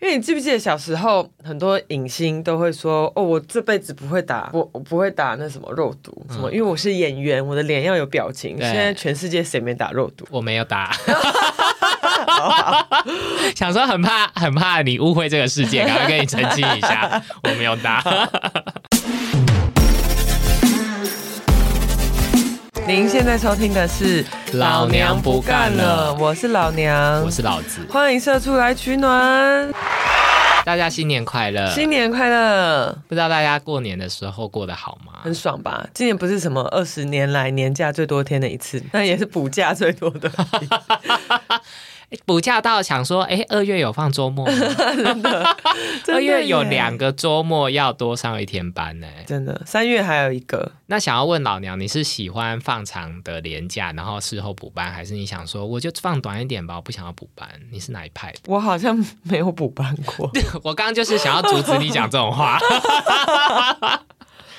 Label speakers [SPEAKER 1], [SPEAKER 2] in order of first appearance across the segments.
[SPEAKER 1] 你记不记得小时候很多影星都会说：“哦，我这辈子不会打，我我不会打那什么肉毒，
[SPEAKER 2] 嗯
[SPEAKER 1] 什么，因为我是演员，我的脸要有表情。”
[SPEAKER 2] 对
[SPEAKER 1] 现在全世界谁没打肉毒？
[SPEAKER 2] 我没有打，想说很怕很怕你误会这个世界，赶快跟你澄清一下，我没有打。
[SPEAKER 1] 您现在收听的是《
[SPEAKER 2] 老娘不干了》，
[SPEAKER 1] 我是老娘
[SPEAKER 2] 我，是老子，
[SPEAKER 1] 欢迎社畜来取暖，
[SPEAKER 2] 大家新年快乐！
[SPEAKER 1] 新年快乐，
[SPEAKER 2] 不知道大家过年的时候过得好吗？
[SPEAKER 1] 很爽吧？今年不是什么二十年来年假最多天的一次， 那也是补假最多 的，
[SPEAKER 2] 诶补假到想说，哎、二月有放周末吗？二月哦有两
[SPEAKER 1] 个，
[SPEAKER 2] 个周末要多上一天班呢、
[SPEAKER 1] 真的，三月还有一个。
[SPEAKER 2] 那想要问老娘，你是喜欢放长的连假，然后事后补班，还是你想说我就放短一点吧，我不想要补班？你是哪一派的？
[SPEAKER 1] 我好像没有补班过，
[SPEAKER 2] 我刚刚就是想要阻止你讲这种话，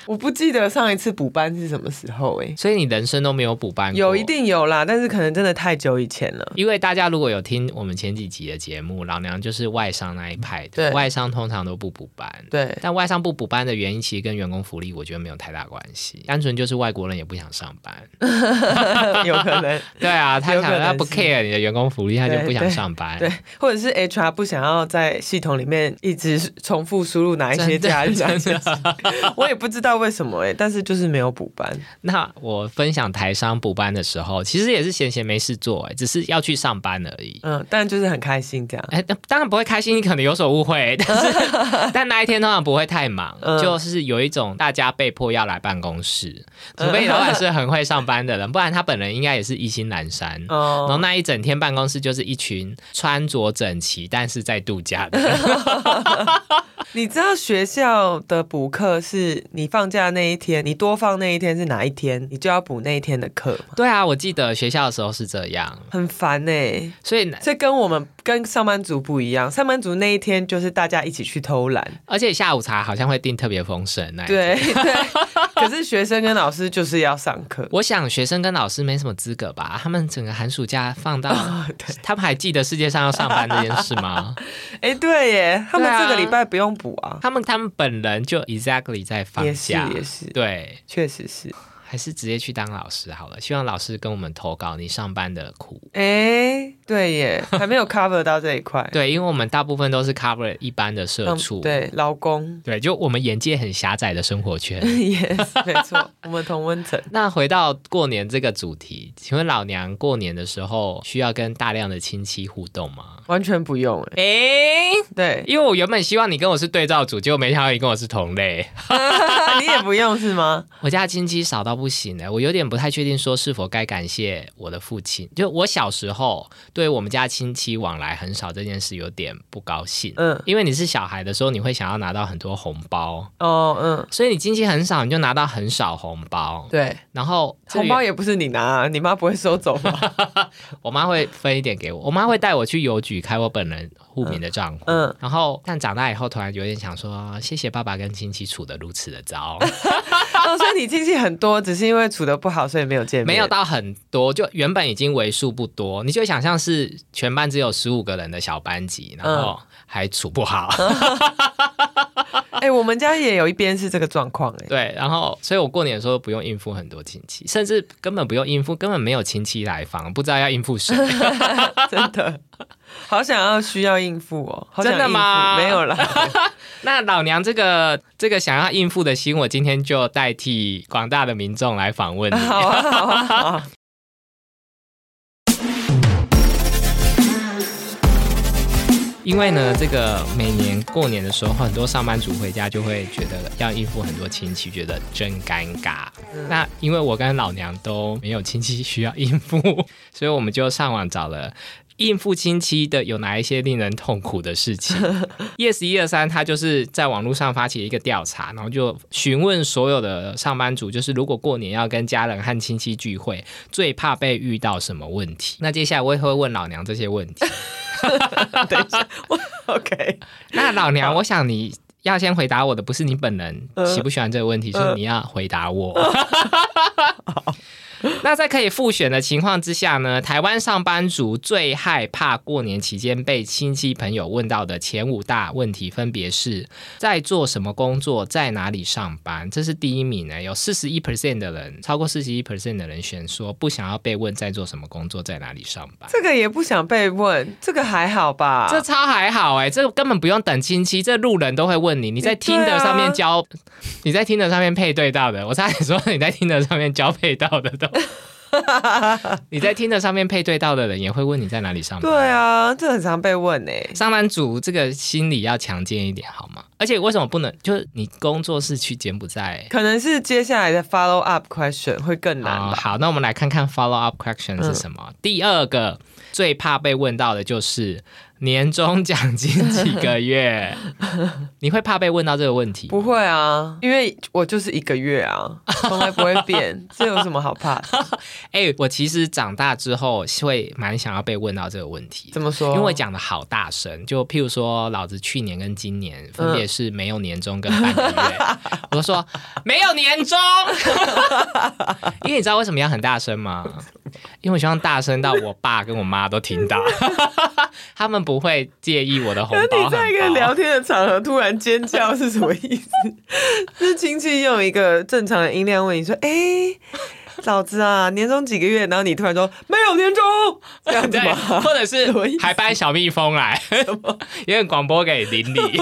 [SPEAKER 1] 我不记得上一次补班是什么时候哎、
[SPEAKER 2] 所以你人生都没有补班过
[SPEAKER 1] 有一。定有啦，但是可能真的太久以前了。
[SPEAKER 2] 因为大家如果有听我们前几集的节目，老娘就是外商那一派的，
[SPEAKER 1] 对
[SPEAKER 2] 外商通常都不补班。
[SPEAKER 1] 对，
[SPEAKER 2] 但外商不补班的原因，其实跟员工福利我觉得没有太大关系，单纯就是外国人也不想上 班。
[SPEAKER 1] 有可能
[SPEAKER 2] 对啊，他
[SPEAKER 1] 有可
[SPEAKER 2] 想
[SPEAKER 1] 能
[SPEAKER 2] 他不
[SPEAKER 1] 是
[SPEAKER 2] care 你的员工福利，他就
[SPEAKER 1] 对
[SPEAKER 2] 不想
[SPEAKER 1] 对
[SPEAKER 2] 上 班。
[SPEAKER 1] 对，或者是 HR 不想要在系统里面一直重复输入哪一些假日，哪一些假日 我也不知道为什么哎、但是就是没有补班。
[SPEAKER 2] 那我分享台商补班的时候，其实也是闲闲没事做、哎，只是要去上班而已。
[SPEAKER 1] 嗯，但就是很开心 这样。
[SPEAKER 2] 哎，当当然不会开心，你可能有所误会， 但是但那一天通常不会太忙，
[SPEAKER 1] 嗯
[SPEAKER 2] 就是有一种大家被迫要来办公室，
[SPEAKER 1] 嗯
[SPEAKER 2] 除非你老板是很会上班的人， 不然他本人应该也是一心阑珊。然后
[SPEAKER 1] 哦，
[SPEAKER 2] 那一整天办公室就是一群穿着整齐但是在度假 的人，
[SPEAKER 1] 你知道学校的补课是你放假那一天，你多放那一天是哪一天，你就要补那一天的课吗？
[SPEAKER 2] 对啊，我记得学校的时候是这样，
[SPEAKER 1] 很烦哎、
[SPEAKER 2] 所以
[SPEAKER 1] 这跟我们跟上班族不一样，上班族那一天就是大家一起去偷懒，
[SPEAKER 2] 而且下午茶好像会订特别丰盛哎那一种
[SPEAKER 1] 对对。可是学生跟老师就是要上 课，
[SPEAKER 2] 我想学生跟老师没什么资格吧？他们整个寒暑假放 到，他们还记得世界上要上班这件事吗？
[SPEAKER 1] 哎，对耶，他们
[SPEAKER 2] 对啊
[SPEAKER 1] 这个礼拜不用补啊，
[SPEAKER 2] 他们他们本人就 exactly 在啊放
[SPEAKER 1] 也是
[SPEAKER 2] 假，
[SPEAKER 1] 也是，
[SPEAKER 2] 对，
[SPEAKER 1] 确实是。
[SPEAKER 2] 还是直接去当老师好了。希望老师跟我们投稿你上班的苦。
[SPEAKER 1] 哎，对耶，还没有 cover 到这一块。
[SPEAKER 2] 对，因为我们大部分都是 cover 一般的社
[SPEAKER 1] 哎嗯
[SPEAKER 2] 畜，
[SPEAKER 1] 对，劳工
[SPEAKER 2] 对，就我们眼界很狭窄的生活圈。
[SPEAKER 1] ，yes，没错，我们同温层。
[SPEAKER 2] 那回到过年这个主题，请问老娘过年的时候需要跟大量的亲戚互动吗？
[SPEAKER 1] 完全不用哎，
[SPEAKER 2] 诶、
[SPEAKER 1] 对
[SPEAKER 2] 因为我原本希望你跟我是对照组，结果没想到你跟我是同类。
[SPEAKER 1] 啊你也不用是吗？
[SPEAKER 2] 我家亲戚少到不行欸呢，我有点不太确定说是否该感谢我的父亲。就我小时候对我们家亲戚往来很少这件事有点不高兴。
[SPEAKER 1] 嗯，
[SPEAKER 2] 因为你是小孩的时候，你会想要拿到很多红包，
[SPEAKER 1] 哦，嗯，
[SPEAKER 2] 所以你亲戚很少，你就拿到很少红包。
[SPEAKER 1] 对，
[SPEAKER 2] 然后这
[SPEAKER 1] 红
[SPEAKER 2] 个
[SPEAKER 1] 包也不是你拿啊，你妈不会收走吗？
[SPEAKER 2] 我妈会分一点给我，我妈会带我去邮局开我本人户名的账户。
[SPEAKER 1] 嗯嗯
[SPEAKER 2] 然后但长大以后，突然有点想说，谢谢爸爸跟亲戚处的如此的糟。
[SPEAKER 1] 哦，所以你亲戚很多，只是因为处的不好，所以没有见面。
[SPEAKER 2] 没有到很多，就原本已经为数不多，你就想象是全班只有十五个人的小班级，然后还处不好，
[SPEAKER 1] 哎、我们家也有一边是这个状况哎。
[SPEAKER 2] 对，然后所以我过年的时候不用应付很多亲戚，甚至根本不用应付，根本没有亲戚来访，不知道要应付谁。
[SPEAKER 1] 真的，好想要需要应付哦，好想
[SPEAKER 2] 真的吗
[SPEAKER 1] 应付没有啦，
[SPEAKER 2] 那老娘这个这个想要应付的心，我今天就代替广大的民众来访问你。
[SPEAKER 1] 好啊，好啊，好啊。
[SPEAKER 2] 因为呢，这个每年过年的时候，很多上班族回家就会觉得要应付很多亲戚，觉得真尴尬。那因为我跟老娘都没有亲戚需要应付，所以我们就上网找了。应付亲戚的有哪一些令人痛苦的事情？Yes 一二三，他就是在网络上发起了一个调查，然后就询问所有的上班族，就是如果过年要跟家人和亲戚聚会，最怕被遇到什么问题？那接下来我也会问老娘这些问题。
[SPEAKER 1] 啊等一下我，OK，
[SPEAKER 2] 那老娘，我想你要先回答我的，不是你本人
[SPEAKER 1] 呃
[SPEAKER 2] 喜不喜欢这个问题，是
[SPEAKER 1] 呃
[SPEAKER 2] 你要回答我。 那在可以复选的情况之下呢，台湾上班族最害怕过年期间被亲戚朋友问到的前五大问题分别是：在做什么工作，在哪里上班，这是第一名欸呢。有四十一 percent 的人，超过四十一 percent 的人选说不想要被问在做什么工作，在哪里上班。
[SPEAKER 1] 这个也不想被问，这个还好吧？
[SPEAKER 2] 这超还好哎、这根本不用等亲戚，这路人都会问你。你在
[SPEAKER 1] 对
[SPEAKER 2] 听的
[SPEAKER 1] 啊
[SPEAKER 2] 上面交，你在听的上面配对到的，我差点说你在听的上面交配到的 都，你在听的上面配对到的人也会问你在哪里上班。
[SPEAKER 1] 对，啊，这很常被问哎诶、
[SPEAKER 2] 上班族这个心理要强健一点好吗？而且为什么不能？就是你工作是去柬埔寨。
[SPEAKER 1] 可能是接下来的 follow up question 会更难吧。
[SPEAKER 2] 哦
[SPEAKER 1] 嗯
[SPEAKER 2] 好，那我们来看看 follow up question 是什么。第二个最怕被问到的就是年终奖金几个月， 你会怕被问到这个问题吗？
[SPEAKER 1] 不会啊，因为我就是一个月啊，从来不会变，这有什么好怕的？
[SPEAKER 2] 哎、我其实长大之后会蛮想要被问到这个问题，
[SPEAKER 1] 怎么说？
[SPEAKER 2] 因为我讲的好大声。就譬如说，老子去年跟今年
[SPEAKER 1] 嗯
[SPEAKER 2] 分别是没有年终跟半个月，我就说没有年终， 因为你知道为什么要很大声吗？因为我希望大声到我爸跟我妈都听到， 他们不会介意我的红包
[SPEAKER 1] 你
[SPEAKER 2] 很
[SPEAKER 1] 在一个
[SPEAKER 2] 高
[SPEAKER 1] 聊。天的场合突然尖叫是什么意思？ 是亲戚用一个正常的音量问你说：“哎、嫂子啊，年终几个月？”然后你突然说：“没有年终。”这样子
[SPEAKER 2] 对，
[SPEAKER 1] 吗？
[SPEAKER 2] 或者是
[SPEAKER 1] 什么意思
[SPEAKER 2] 还搬小蜜蜂来，因为广播给邻里。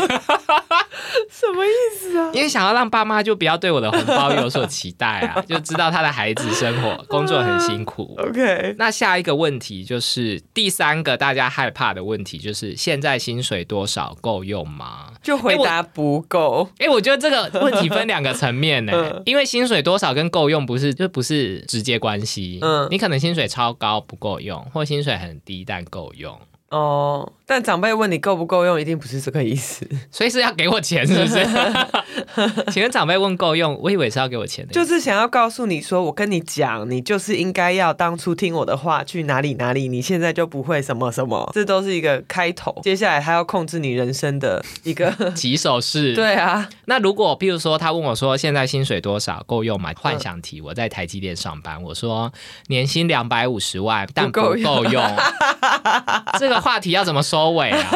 [SPEAKER 1] 什么意思啊？
[SPEAKER 2] 因为想要让爸妈就不要对我的红包有所期待 啊，就知道他的孩子生活
[SPEAKER 1] 啊
[SPEAKER 2] 工作很辛苦。
[SPEAKER 1] OK，
[SPEAKER 2] 那下一个问题就是第三个大家害怕的问题，就是现在薪水多少够用吗？
[SPEAKER 1] 就回答不够。
[SPEAKER 2] 哎、我觉得这个问题分两个层面呢、
[SPEAKER 1] 嗯
[SPEAKER 2] 因为薪水多少跟够用不是就不是直接关系。
[SPEAKER 1] 嗯
[SPEAKER 2] 你可能薪水超高不够用，或薪水很低但够用，
[SPEAKER 1] 哦，但长辈问你够不够用，一定不是这个意思，
[SPEAKER 2] 所以是要给我钱是不是？ 请问长辈问够用，我以为是要给我钱的，
[SPEAKER 1] 就是想要告诉你说，我跟你讲，你就是应该要当初听我的话，去哪里哪里，你现在就不会什么什么，这都是一个开头。接下来他要控制你人生的一个，
[SPEAKER 2] 几手 是
[SPEAKER 1] 对啊，
[SPEAKER 2] 那如果譬如说他问我说现在薪水多少够用吗？幻想题，我在台积电上班，我说年薪两百五十万，但不
[SPEAKER 1] 不够
[SPEAKER 2] 够
[SPEAKER 1] 用
[SPEAKER 2] 用。这个话题要怎么收尾啊？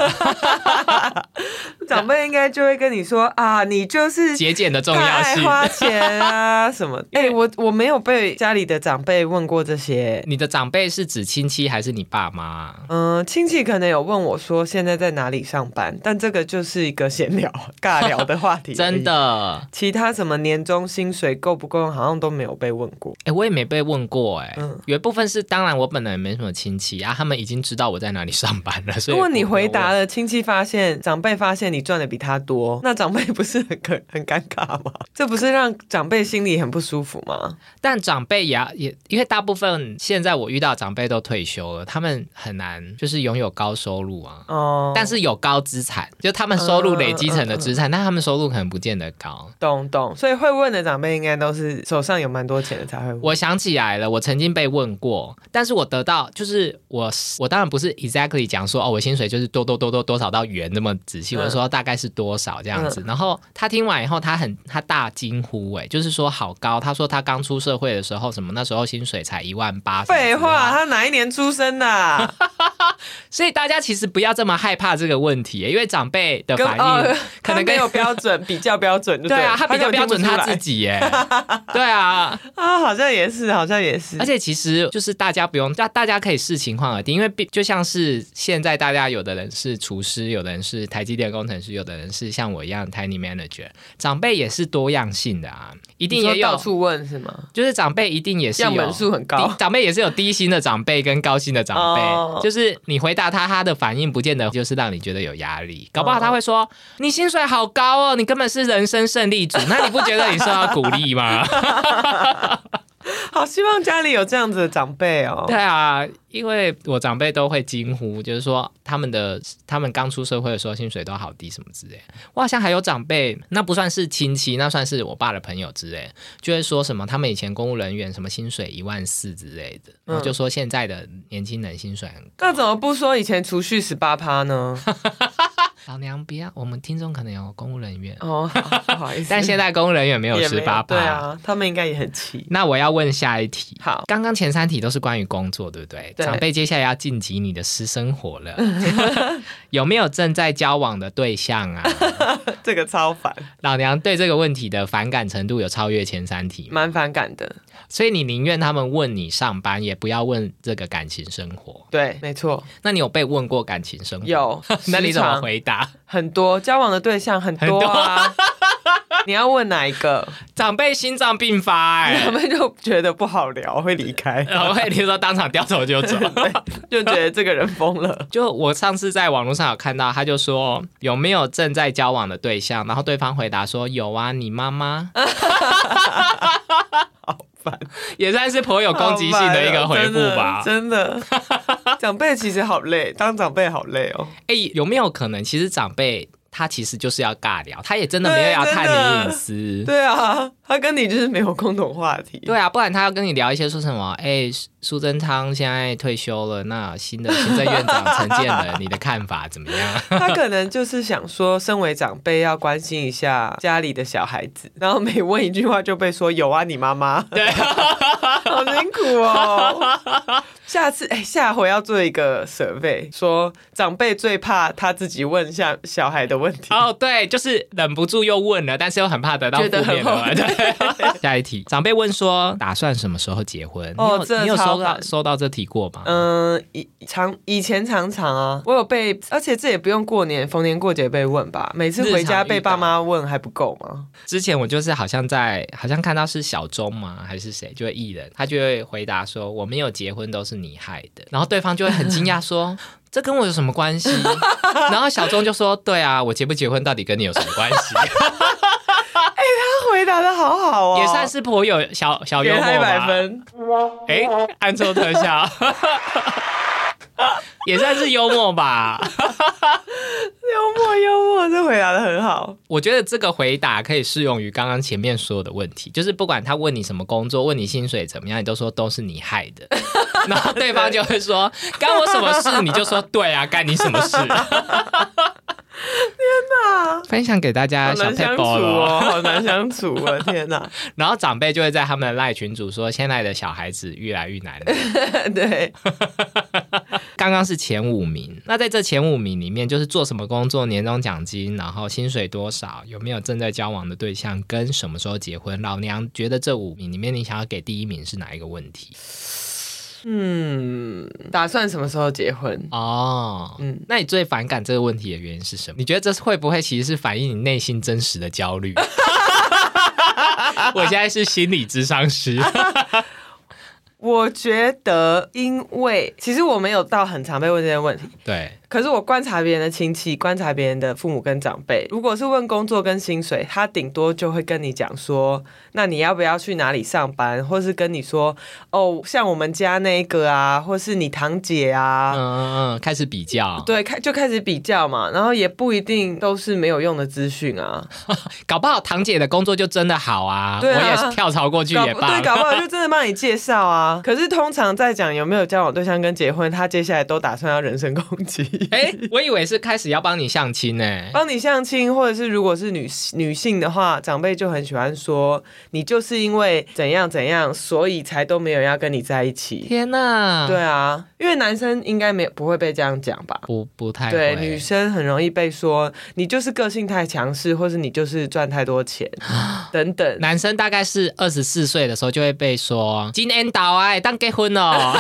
[SPEAKER 1] 长辈应该就会跟你说啊，你就是
[SPEAKER 2] 节俭的重
[SPEAKER 1] 太
[SPEAKER 2] 要
[SPEAKER 1] 爱
[SPEAKER 2] 性。
[SPEAKER 1] 花钱啊什 么。哎、我我没有被家里的长辈问过这些。
[SPEAKER 2] 你的长辈是指亲戚还是你爸妈？
[SPEAKER 1] 嗯，亲戚可能有问我说现在在哪里上班，但这个就是一个闲聊、 尬聊的话题。
[SPEAKER 2] 真，的，
[SPEAKER 1] 其他什么年终薪水够不够用，好像都没有被问过。
[SPEAKER 2] 哎、我也没被问过、哎、
[SPEAKER 1] 嗯
[SPEAKER 2] 有一部分是当然我本人没什么亲戚啊，他们已经知道我在哪里上班了，所以
[SPEAKER 1] 如果你
[SPEAKER 2] 我没有
[SPEAKER 1] 回答
[SPEAKER 2] 问
[SPEAKER 1] 了，亲戚发现长辈发现你赚的比他多，那长辈不是很尴很尴尬吗？这不是让长辈心里很不舒服吗？
[SPEAKER 2] 但长辈也要也，因为大部分现在我遇到长辈都退休了，他们很难就是拥有高收入啊。
[SPEAKER 1] 哦，
[SPEAKER 2] 但
[SPEAKER 1] 是
[SPEAKER 2] 是有高资产，就他们收入累积成的资
[SPEAKER 1] 嗯
[SPEAKER 2] 产，但他们收入可能不见得高。
[SPEAKER 1] 懂懂，所以会问的长辈应该都是手上有蛮多钱的才会问。
[SPEAKER 2] 我想起来了，我曾经被问过，但是我得到就是我我当然不是 exactly 讲说哦，我薪水就是多多多多多少到元那么仔细，
[SPEAKER 1] 嗯
[SPEAKER 2] 我就说大概是多少这样子。然后他听完以后，他很他大惊呼哎，就是说好高，他说他刚出社会的时候，什么那时候薪水才一万 八，
[SPEAKER 1] 废话，，他哪一年出生的啊、
[SPEAKER 2] 所以大家其实不要这么害怕这个问题，因为长辈的
[SPEAKER 1] 跟哦
[SPEAKER 2] 反应
[SPEAKER 1] 他
[SPEAKER 2] 可能
[SPEAKER 1] 没
[SPEAKER 2] 跟
[SPEAKER 1] 有标准比较标准就
[SPEAKER 2] 对啊，
[SPEAKER 1] 了
[SPEAKER 2] 他比较标准他
[SPEAKER 1] 根本
[SPEAKER 2] 自
[SPEAKER 1] 听不出
[SPEAKER 2] 己耶，对啊，
[SPEAKER 1] 来啊，好像也是，好像也是
[SPEAKER 2] 而。且其实就是大家不用，大大家可以视情况而定，因为毕就像是现在大家有的人是厨师，有的人是台积电工程师，有的人是像我一样 tiny manager，长辈也是多样性的啊，一定也
[SPEAKER 1] 你说到
[SPEAKER 2] 有，
[SPEAKER 1] 处问是吗？
[SPEAKER 2] 就是长辈一定也是有
[SPEAKER 1] 样本数很
[SPEAKER 2] 低
[SPEAKER 1] 高，
[SPEAKER 2] 长辈也是有低薪的长辈跟高薪的长辈，
[SPEAKER 1] 哦
[SPEAKER 2] 就是你回答他，他的反应不见得就是让你觉得有压力，搞不好他会
[SPEAKER 1] 哦
[SPEAKER 2] 说、你薪水好高哦，你根本是人生胜利组，那你不觉得你受到鼓励吗？
[SPEAKER 1] 好希望家里有这样子的长辈哦。
[SPEAKER 2] 对啊，因为我长辈都会惊呼，就是说他们的他们刚出社会的时候薪水都好低什么之类。我好像还有长辈，那不算是亲戚，那算是我爸的朋友之类，就会说什么他们以前公务人员什么薪水一万四之类的，
[SPEAKER 1] 嗯
[SPEAKER 2] 然后就说现在的年轻人薪水很
[SPEAKER 1] 那怎么不说以前储蓄十八趴呢？
[SPEAKER 2] 老娘不要，我们听众可能有公务人员，
[SPEAKER 1] 哦，好不好意思，
[SPEAKER 2] 但现在公务人员没有
[SPEAKER 1] 也
[SPEAKER 2] 十八
[SPEAKER 1] 对
[SPEAKER 2] 趴。
[SPEAKER 1] 啊，他们应该也很气。
[SPEAKER 2] 那我要问下一题。
[SPEAKER 1] 好，
[SPEAKER 2] 刚刚前三题都是关于工作，对不对？
[SPEAKER 1] 对
[SPEAKER 2] 长辈接下来要晋级你的私生活 了，有没有正在交往的对象啊？
[SPEAKER 1] 这个超烦，
[SPEAKER 2] 老娘对这个问题的反感程度有超越前三题吗，
[SPEAKER 1] 蛮反感的。
[SPEAKER 2] 所以你宁愿他们问你上班，也不要问这个感情生活。
[SPEAKER 1] 对，没错，
[SPEAKER 2] 那你有被问过感情生活？，
[SPEAKER 1] 有
[SPEAKER 2] 那你怎么
[SPEAKER 1] 时常
[SPEAKER 2] 回答？
[SPEAKER 1] 很多交往的对象很多啊， 你要问哪一个？
[SPEAKER 2] 长辈心脏病发、
[SPEAKER 1] 他
[SPEAKER 2] 哎，
[SPEAKER 1] 们就觉得不好聊，会离开，
[SPEAKER 2] 然后你说当场掉头就走。
[SPEAKER 1] 就觉得这个人疯了。
[SPEAKER 2] 就我上次在网络上有看到，他就说有没有正在交往的对象，然后对方回答说有啊，你妈 妈。好
[SPEAKER 1] 烦，
[SPEAKER 2] 也算是 颇有攻击性的一个回复 吧。
[SPEAKER 1] 啊真 的，真的长辈其实好累，当长辈好累哦。
[SPEAKER 2] 哎、有没有可能，其实长辈他其实就是要尬聊，他也真的没有要
[SPEAKER 1] 对真
[SPEAKER 2] 探
[SPEAKER 1] 的
[SPEAKER 2] 你隐私。
[SPEAKER 1] 对啊，他跟你就是没有共同话题。
[SPEAKER 2] 对啊，不然他要跟你聊一些说什么？哎、苏苏贞昌现在退休了，那新的行政院长陈建仁，你的看法怎么样？
[SPEAKER 1] 他可能就是想说，身为长辈要关心一下家里的小孩子，然后每问一句话就被说有啊，你妈妈。对， 好辛苦哦。下次哎，下回要做一个 survey，说长辈最怕他自己问下小孩的问题。
[SPEAKER 2] 哦，对，就是忍不住又问了，但是又很怕得到负
[SPEAKER 1] 觉得
[SPEAKER 2] 面
[SPEAKER 1] 很
[SPEAKER 2] 的。对， 下一题，长辈问说打算什么时候结婚？
[SPEAKER 1] 哦
[SPEAKER 2] 你有
[SPEAKER 1] 这
[SPEAKER 2] 你有
[SPEAKER 1] 超
[SPEAKER 2] 收到
[SPEAKER 1] 烦
[SPEAKER 2] 收到这题过吗？
[SPEAKER 1] 嗯，以常以前常常啊，我有被，而且这也不用过年，逢年过节被问吧。每次回家被爸妈问还不够吗？
[SPEAKER 2] 之前我就是好像在好像看到是小钟吗还是谁，就会艺人，他就会回答说我没有结婚都是你害的，然后对方就会很惊讶说。 这跟我有什么关系？然后小钟就说：“对啊，我结不结婚到底跟你有什么关系？
[SPEAKER 1] 他回答的好好哦，
[SPEAKER 2] 也算是颇有小小
[SPEAKER 1] 给
[SPEAKER 2] 幽默
[SPEAKER 1] 他一百
[SPEAKER 2] 吧。
[SPEAKER 1] 分。”
[SPEAKER 2] 哎，按错特 效，也算是幽默吧。
[SPEAKER 1] 幽默幽默，这回答的很好。
[SPEAKER 2] 我觉得这个回答可以适用于刚刚前面所有的问题，就是不管他问你什么工作，问你薪水怎么样，你都说都是你害 的，然后对方就会说干我什么事，你就说对啊，干你什么事？天哪！分享给大家
[SPEAKER 1] 好
[SPEAKER 2] 哎小
[SPEAKER 1] 难相处
[SPEAKER 2] paper 咯
[SPEAKER 1] 哦， 好难相处哦！天哪，
[SPEAKER 2] 然后长辈就会在他们的赖群组说，现在的小孩子越来越难了。
[SPEAKER 1] 对，
[SPEAKER 2] 刚刚是前五名，那在这前五名里面，就是做什么工作、年终奖金，然后薪水多少，有没有正在交往的对象，跟什么时候结婚。老娘觉得这五名里面，你想要给第一名是哪一个问题？
[SPEAKER 1] 嗯，打算什么时候结婚？
[SPEAKER 2] 哦，嗯
[SPEAKER 1] 嗯，
[SPEAKER 2] 那你最反感这个问题的原因是什么？你觉得这会不会其实是反映你内心真实的 焦虑？我现在是心理智 商师，
[SPEAKER 1] 我觉得，因为其实我没有到很常被问这些问题，
[SPEAKER 2] 对，
[SPEAKER 1] 可是我观察别人的亲戚，观察别人的父母跟长辈，如果是问工作跟薪水，他顶多就会跟你讲说，那你要不要去哪里上班，或是跟你说，哦，像我们家那个啊，或是你堂姐啊，
[SPEAKER 2] 嗯嗯嗯，开始比较，
[SPEAKER 1] 对，开就开始比较嘛，然后也不一定都是没有用的资讯啊，
[SPEAKER 2] 搞不好堂姐的工作就真的好啊，
[SPEAKER 1] 对啊
[SPEAKER 2] 我也跳槽过去
[SPEAKER 1] 搞
[SPEAKER 2] 也
[SPEAKER 1] 不
[SPEAKER 2] 罢
[SPEAKER 1] 对，，搞不好就真的帮你介绍 啊。可是通常在讲有没有交往对象跟结婚，他接下来都打算要人身攻击，
[SPEAKER 2] 哎、我以为是开始要帮你相亲呢、
[SPEAKER 1] 帮你相亲，或者是如果是女女性的话，长辈就很喜欢说你就是因为怎样怎样，所以才都没有要跟你在一起。
[SPEAKER 2] 天哪、
[SPEAKER 1] 对，啊，因为男生应该没不会被这样讲吧？
[SPEAKER 2] 不不太
[SPEAKER 1] 对，女
[SPEAKER 2] 会。
[SPEAKER 1] 生很容易被说你就是个性太强势，或是你就是赚太多 钱等等。
[SPEAKER 2] 男生大概是二十四岁的时候就会被说今天倒哎，当结 婚哦，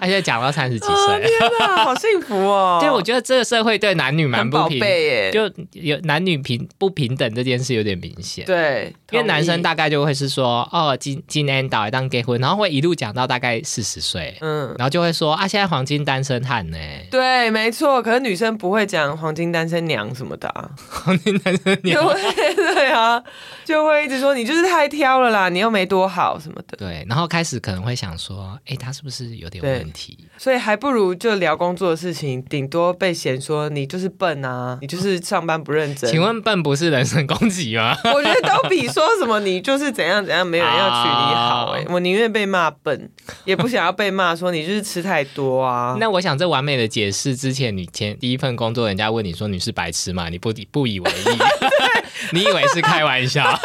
[SPEAKER 2] 而且讲到三十几
[SPEAKER 1] 啊
[SPEAKER 2] 岁，
[SPEAKER 1] 天哪，好幸福哦！
[SPEAKER 2] 对，我觉得这个社会对男女蛮
[SPEAKER 1] 很
[SPEAKER 2] 不
[SPEAKER 1] 宝
[SPEAKER 2] 平，
[SPEAKER 1] 贝耶，
[SPEAKER 2] 就有男女平不平等这件事有点明显。
[SPEAKER 1] 对，
[SPEAKER 2] 因为
[SPEAKER 1] 同
[SPEAKER 2] 男生
[SPEAKER 1] 意
[SPEAKER 2] 大概就会是说哦，今今天倒哎，当结婚，然后会一路讲到大概四十岁，
[SPEAKER 1] 嗯。
[SPEAKER 2] 然后就会说啊，现在黄金单身汉呢，
[SPEAKER 1] 对，没错。可是女生不会讲“黄金单身娘”什么的、啊，
[SPEAKER 2] 黄金单身
[SPEAKER 1] 就
[SPEAKER 2] 娘
[SPEAKER 1] 会 对啊，就会一直说你就是太挑了啦，你又没多好什么的。
[SPEAKER 2] 对，然后开始可能会想说，哎，他是不是有点问题。
[SPEAKER 1] 所以还不如就聊工作的事情，顶多被嫌说你就是笨啊，你就是上班不认真。啊
[SPEAKER 2] 请，问笨不是人身攻击 吗？
[SPEAKER 1] 我觉得都比说什么你就是怎样怎样，没有人要娶你好哎、
[SPEAKER 2] 啊
[SPEAKER 1] 我宁愿被骂笨，也不想要被骂说你就是吃太多 啊。
[SPEAKER 2] 那我想这完美的解释之前，你前第一份工作，人家问你说你是白痴吗？你不不以 为意， 你以为是开玩笑，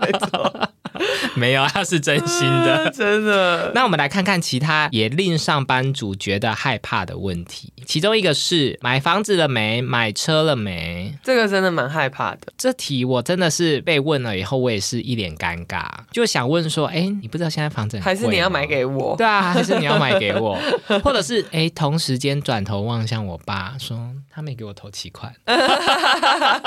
[SPEAKER 1] 没错，
[SPEAKER 2] 没有，啊他是真心的。
[SPEAKER 1] 啊 真的。
[SPEAKER 2] 那我们来看看其他也令上班族觉得害怕的问题，其中一个是买房子了没，买车了没。
[SPEAKER 1] 这个真的蛮害怕的，
[SPEAKER 2] 这题我真的是被问了以后，我也是一脸尴尬，就想问说，哎，你不知道现在房子很
[SPEAKER 1] 还是
[SPEAKER 2] 贵
[SPEAKER 1] 你要
[SPEAKER 2] 吗
[SPEAKER 1] 买给我？
[SPEAKER 2] 对啊，还是你要买给 我，或者是哎，同时间转头望向我爸，说他没给我投七款，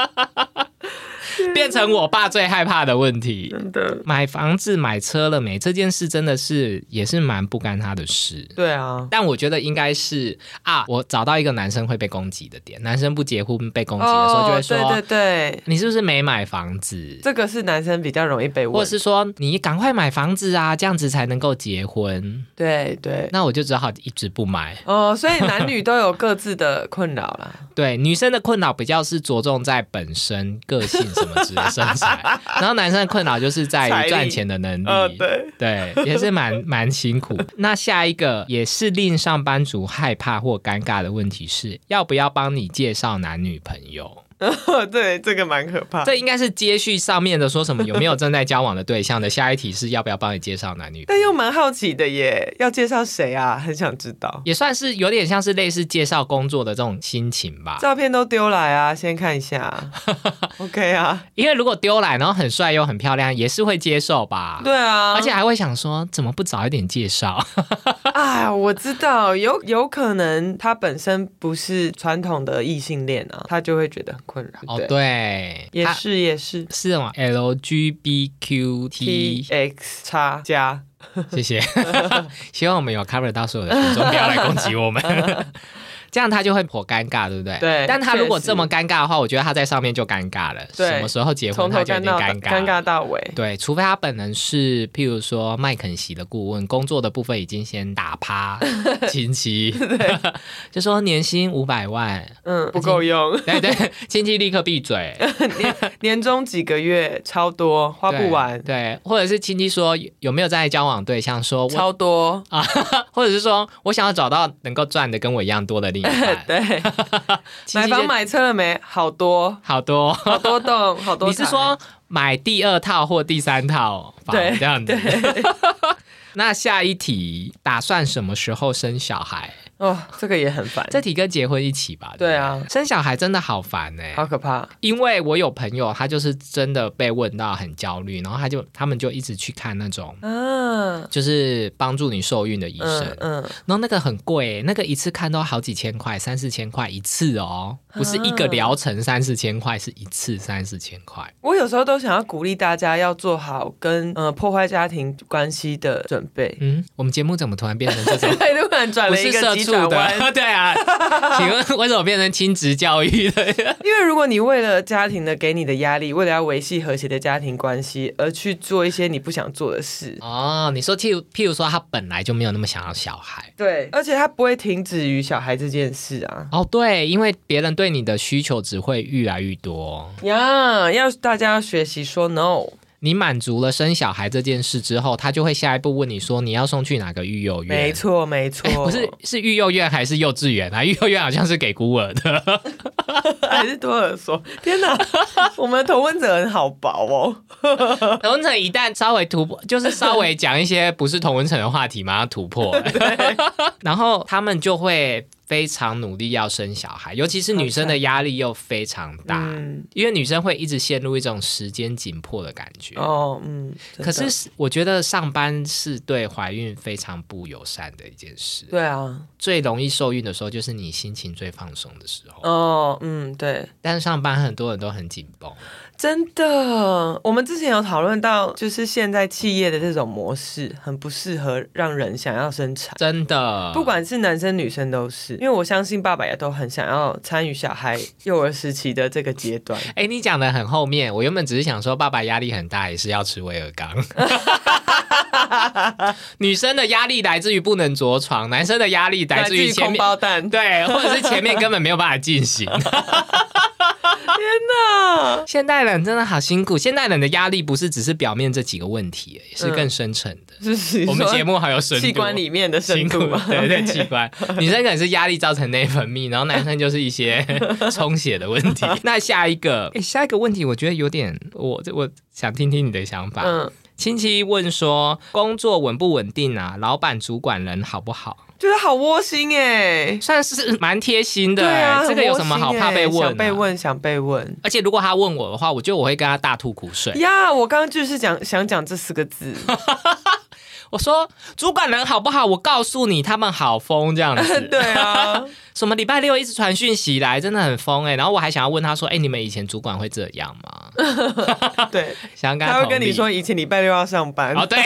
[SPEAKER 2] 变成我爸最害怕的问题。
[SPEAKER 1] 真的，
[SPEAKER 2] 买房子、买车了没？这件事真的是也是蛮不干他的事。
[SPEAKER 1] 对啊。
[SPEAKER 2] 但我觉得应该是啊，我找到一个男生会被攻击的点，男生不结婚被攻击的时候就会说，
[SPEAKER 1] 哦对对对，
[SPEAKER 2] 你是不是没买房子？
[SPEAKER 1] 这个是男生比较容易被
[SPEAKER 2] 或
[SPEAKER 1] 问
[SPEAKER 2] 者，是说你赶快买房子啊，这样子才能够结婚。
[SPEAKER 1] 对对。
[SPEAKER 2] 那我就只好一直不买。
[SPEAKER 1] 哦，所以男女都有各自的困扰 啦。
[SPEAKER 2] 对，女生的困扰比较是着重在本身个性什么值的身 材，然后男生的困扰就是在
[SPEAKER 1] 财力
[SPEAKER 2] 于赚钱的能力。
[SPEAKER 1] 哦对，
[SPEAKER 2] 对，也是蛮 蛮辛苦。那下一个也是令上班族害怕或尴尬的问题是，要不要帮你介绍男女朋友？
[SPEAKER 1] 对，这个蛮可怕。
[SPEAKER 2] 这应该是接续上面的，说什么有没有正在交往的对象的。下一题是要不要帮你介绍男女朋
[SPEAKER 1] 但
[SPEAKER 2] 友？
[SPEAKER 1] 又蛮好奇的耶，要介绍谁啊？很想知道。
[SPEAKER 2] 也算是有点像是类似介绍工作的这种心情吧。
[SPEAKER 1] 照片都丢来啊，先看一 下。OK 啊，
[SPEAKER 2] 因为如果丢来，然后很帅又很漂亮，也是会接受吧。、
[SPEAKER 1] 对啊，
[SPEAKER 2] 而且还会想说，怎么不早一点 介绍？
[SPEAKER 1] 哎，我知道，有有可能他本身不是传统的异性恋啊，他就会觉得很困扰。
[SPEAKER 2] 哦，对，
[SPEAKER 1] 也
[SPEAKER 2] 他
[SPEAKER 1] 是也是。
[SPEAKER 2] 是什么
[SPEAKER 1] T
[SPEAKER 2] LGBTQ？
[SPEAKER 1] X 叉加，
[SPEAKER 2] 谢 谢， 希望我们有 cover 到所有的听众，不要来攻击我 们。这样他就会颇尴尬，对不对？
[SPEAKER 1] 对
[SPEAKER 2] 但他如果
[SPEAKER 1] 确实
[SPEAKER 2] 这么尴尬的话，我觉得他在上面就尴尬了。
[SPEAKER 1] 对
[SPEAKER 2] 什么时候结
[SPEAKER 1] 从
[SPEAKER 2] 婚
[SPEAKER 1] 头
[SPEAKER 2] 他就已
[SPEAKER 1] 尴
[SPEAKER 2] 经
[SPEAKER 1] 到
[SPEAKER 2] 尴尬了
[SPEAKER 1] 尴尬到尾。
[SPEAKER 2] 对，除非他本人是，譬如说麦肯锡的顾问，工作的部分已经先打趴亲戚， 就说年薪五百万，
[SPEAKER 1] 嗯，不够用，
[SPEAKER 2] 对对， 亲戚立刻闭嘴，
[SPEAKER 1] 年终几个月超多，花不完，
[SPEAKER 2] 对，对，或者是亲戚说有没有在交往对象，说我，
[SPEAKER 1] 超多。
[SPEAKER 2] 啊或者是说我想要找到能够赚的跟我一样多的 另一半，
[SPEAKER 1] 对，
[SPEAKER 2] 亲
[SPEAKER 1] 买
[SPEAKER 2] 戚就
[SPEAKER 1] 房买车了没？好多，
[SPEAKER 2] 好多。
[SPEAKER 1] 好多栋，好多啊
[SPEAKER 2] 你
[SPEAKER 1] 台。
[SPEAKER 2] 是说买第二套或第三套房
[SPEAKER 1] 对
[SPEAKER 2] 这样子？ 那下一题，打算什么时候生小孩？
[SPEAKER 1] 哦，这个也很烦，
[SPEAKER 2] 这题跟结婚一起吧？
[SPEAKER 1] 对
[SPEAKER 2] 不
[SPEAKER 1] 啊
[SPEAKER 2] 对，生小孩真的好烦哎、
[SPEAKER 1] 好可怕。
[SPEAKER 2] 因为我有朋友，他就是真的被问到很焦虑，然后他就他们就一直去看那种啊
[SPEAKER 1] 嗯
[SPEAKER 2] 就是帮助你受孕的医生，
[SPEAKER 1] 嗯嗯，
[SPEAKER 2] 然后那个很贵、那个一次看都好几千块，三四千块一次哦，
[SPEAKER 1] 啊
[SPEAKER 2] 不是一个疗程三四千块，是一次三四千块。
[SPEAKER 1] 我有时候都想要鼓励大家要做好跟呃破坏家庭关系的准备。
[SPEAKER 2] 嗯，我们节目怎么突然变成 这种？
[SPEAKER 1] 对，突然转
[SPEAKER 2] 嗯不
[SPEAKER 1] 了一
[SPEAKER 2] 是
[SPEAKER 1] 个
[SPEAKER 2] 社
[SPEAKER 1] 急
[SPEAKER 2] 畜
[SPEAKER 1] 转弯，
[SPEAKER 2] 的， 对啊，请问为什么变成亲职教育的？
[SPEAKER 1] 因为如果你为了家庭的给你的压力，为了要维系和谐的家庭关系而去做一些你不想做的事，
[SPEAKER 2] 哦，你说譬如譬如说，他本来就没有那么想要小孩，
[SPEAKER 1] 对，而且它不会停止于小孩这件事啊。
[SPEAKER 2] 哦，对，因为别人对你的需求只会越来越多。
[SPEAKER 1] 呀要大家要学习说 no，
[SPEAKER 2] 你满足了生小孩这件事之后，他就会下一步问你说你要送去哪个育幼院？
[SPEAKER 1] 没错没错，
[SPEAKER 2] 哎不是是育幼院还是幼稚园啊？育 幼院好像是给孤儿的，
[SPEAKER 1] 还是多耳说，天 哪，我们的同温者很好薄哦，
[SPEAKER 2] 同文层一旦稍微突破，就是稍微讲一些不是同文层的话题嘛，要突破。 然后他们就会非常努力要生小孩，尤其是女生的压力又非常大，
[SPEAKER 1] 嗯
[SPEAKER 2] 因为女生会一直陷入一种时间紧迫的感觉。
[SPEAKER 1] 哦嗯，真的
[SPEAKER 2] 可是我觉得上班是对怀孕非常不友善的一件事。
[SPEAKER 1] 对啊，
[SPEAKER 2] 最容易受孕的时候就是你心情最放松的时候，
[SPEAKER 1] 哦嗯对，
[SPEAKER 2] 但是上班很多人都很紧绷。
[SPEAKER 1] 真的，我们之前有讨论到，就是现在企业的这种模式很不适合让人想要生产。
[SPEAKER 2] 真的，
[SPEAKER 1] 不管是男生女生都是，因为我相信爸爸也都很想要参与小孩幼儿时期的这个阶段。
[SPEAKER 2] 哎、你讲的很后面，我原本只是想说，爸爸压力很大，也是要吃威尔刚。 女生的压力来自于不能着床，男生的压力来
[SPEAKER 1] 来
[SPEAKER 2] 自
[SPEAKER 1] 自
[SPEAKER 2] 于
[SPEAKER 1] 于
[SPEAKER 2] 前
[SPEAKER 1] 空
[SPEAKER 2] 面
[SPEAKER 1] 包蛋，天
[SPEAKER 2] 对，或者是前面根本没有办法 进行。
[SPEAKER 1] 哪！
[SPEAKER 2] 现代人真的好辛苦，现代人的压力不是只是表面这几个问题，也是
[SPEAKER 1] 嗯
[SPEAKER 2] 更深层的。
[SPEAKER 1] 就是
[SPEAKER 2] 我们节
[SPEAKER 1] 目
[SPEAKER 2] 目好有深度，
[SPEAKER 1] 器官里面的深
[SPEAKER 2] 辛苦
[SPEAKER 1] 度 嘛，
[SPEAKER 2] 对对
[SPEAKER 1] OK
[SPEAKER 2] 器官，女生可能是压力造成内分泌，然后男生就是一 些充血的问 题。那下一个，诶哎下一个问题，我觉得有点，我我想听听你的想法。
[SPEAKER 1] 嗯，
[SPEAKER 2] 亲戚问说，工作稳不稳定啊？老板主管人好不好？
[SPEAKER 1] 觉得好窝心哎。
[SPEAKER 2] 算是蛮贴心的、欸哎
[SPEAKER 1] 啊，
[SPEAKER 2] 这个
[SPEAKER 1] 很
[SPEAKER 2] 有
[SPEAKER 1] 窝
[SPEAKER 2] 什么
[SPEAKER 1] 心
[SPEAKER 2] 好怕
[SPEAKER 1] 欸
[SPEAKER 2] 被问、啊
[SPEAKER 1] 想被。问，想被问。
[SPEAKER 2] 而且如果他问我的话，我觉得我会跟他大吐苦 水。
[SPEAKER 1] 呀我刚刚就是讲想讲这四个字，
[SPEAKER 2] 我说主管人好不好？我告诉你，他们好疯这样 子。
[SPEAKER 1] 对啊，
[SPEAKER 2] 什么礼拜六一直传讯息来，真的很疯哎、然后我还想要问他说，哎、你们以前主管会这样 吗？
[SPEAKER 1] 对，
[SPEAKER 2] 想要跟
[SPEAKER 1] 他会
[SPEAKER 2] 同理
[SPEAKER 1] 跟你，说以前礼拜六要上班，
[SPEAKER 2] 哦对，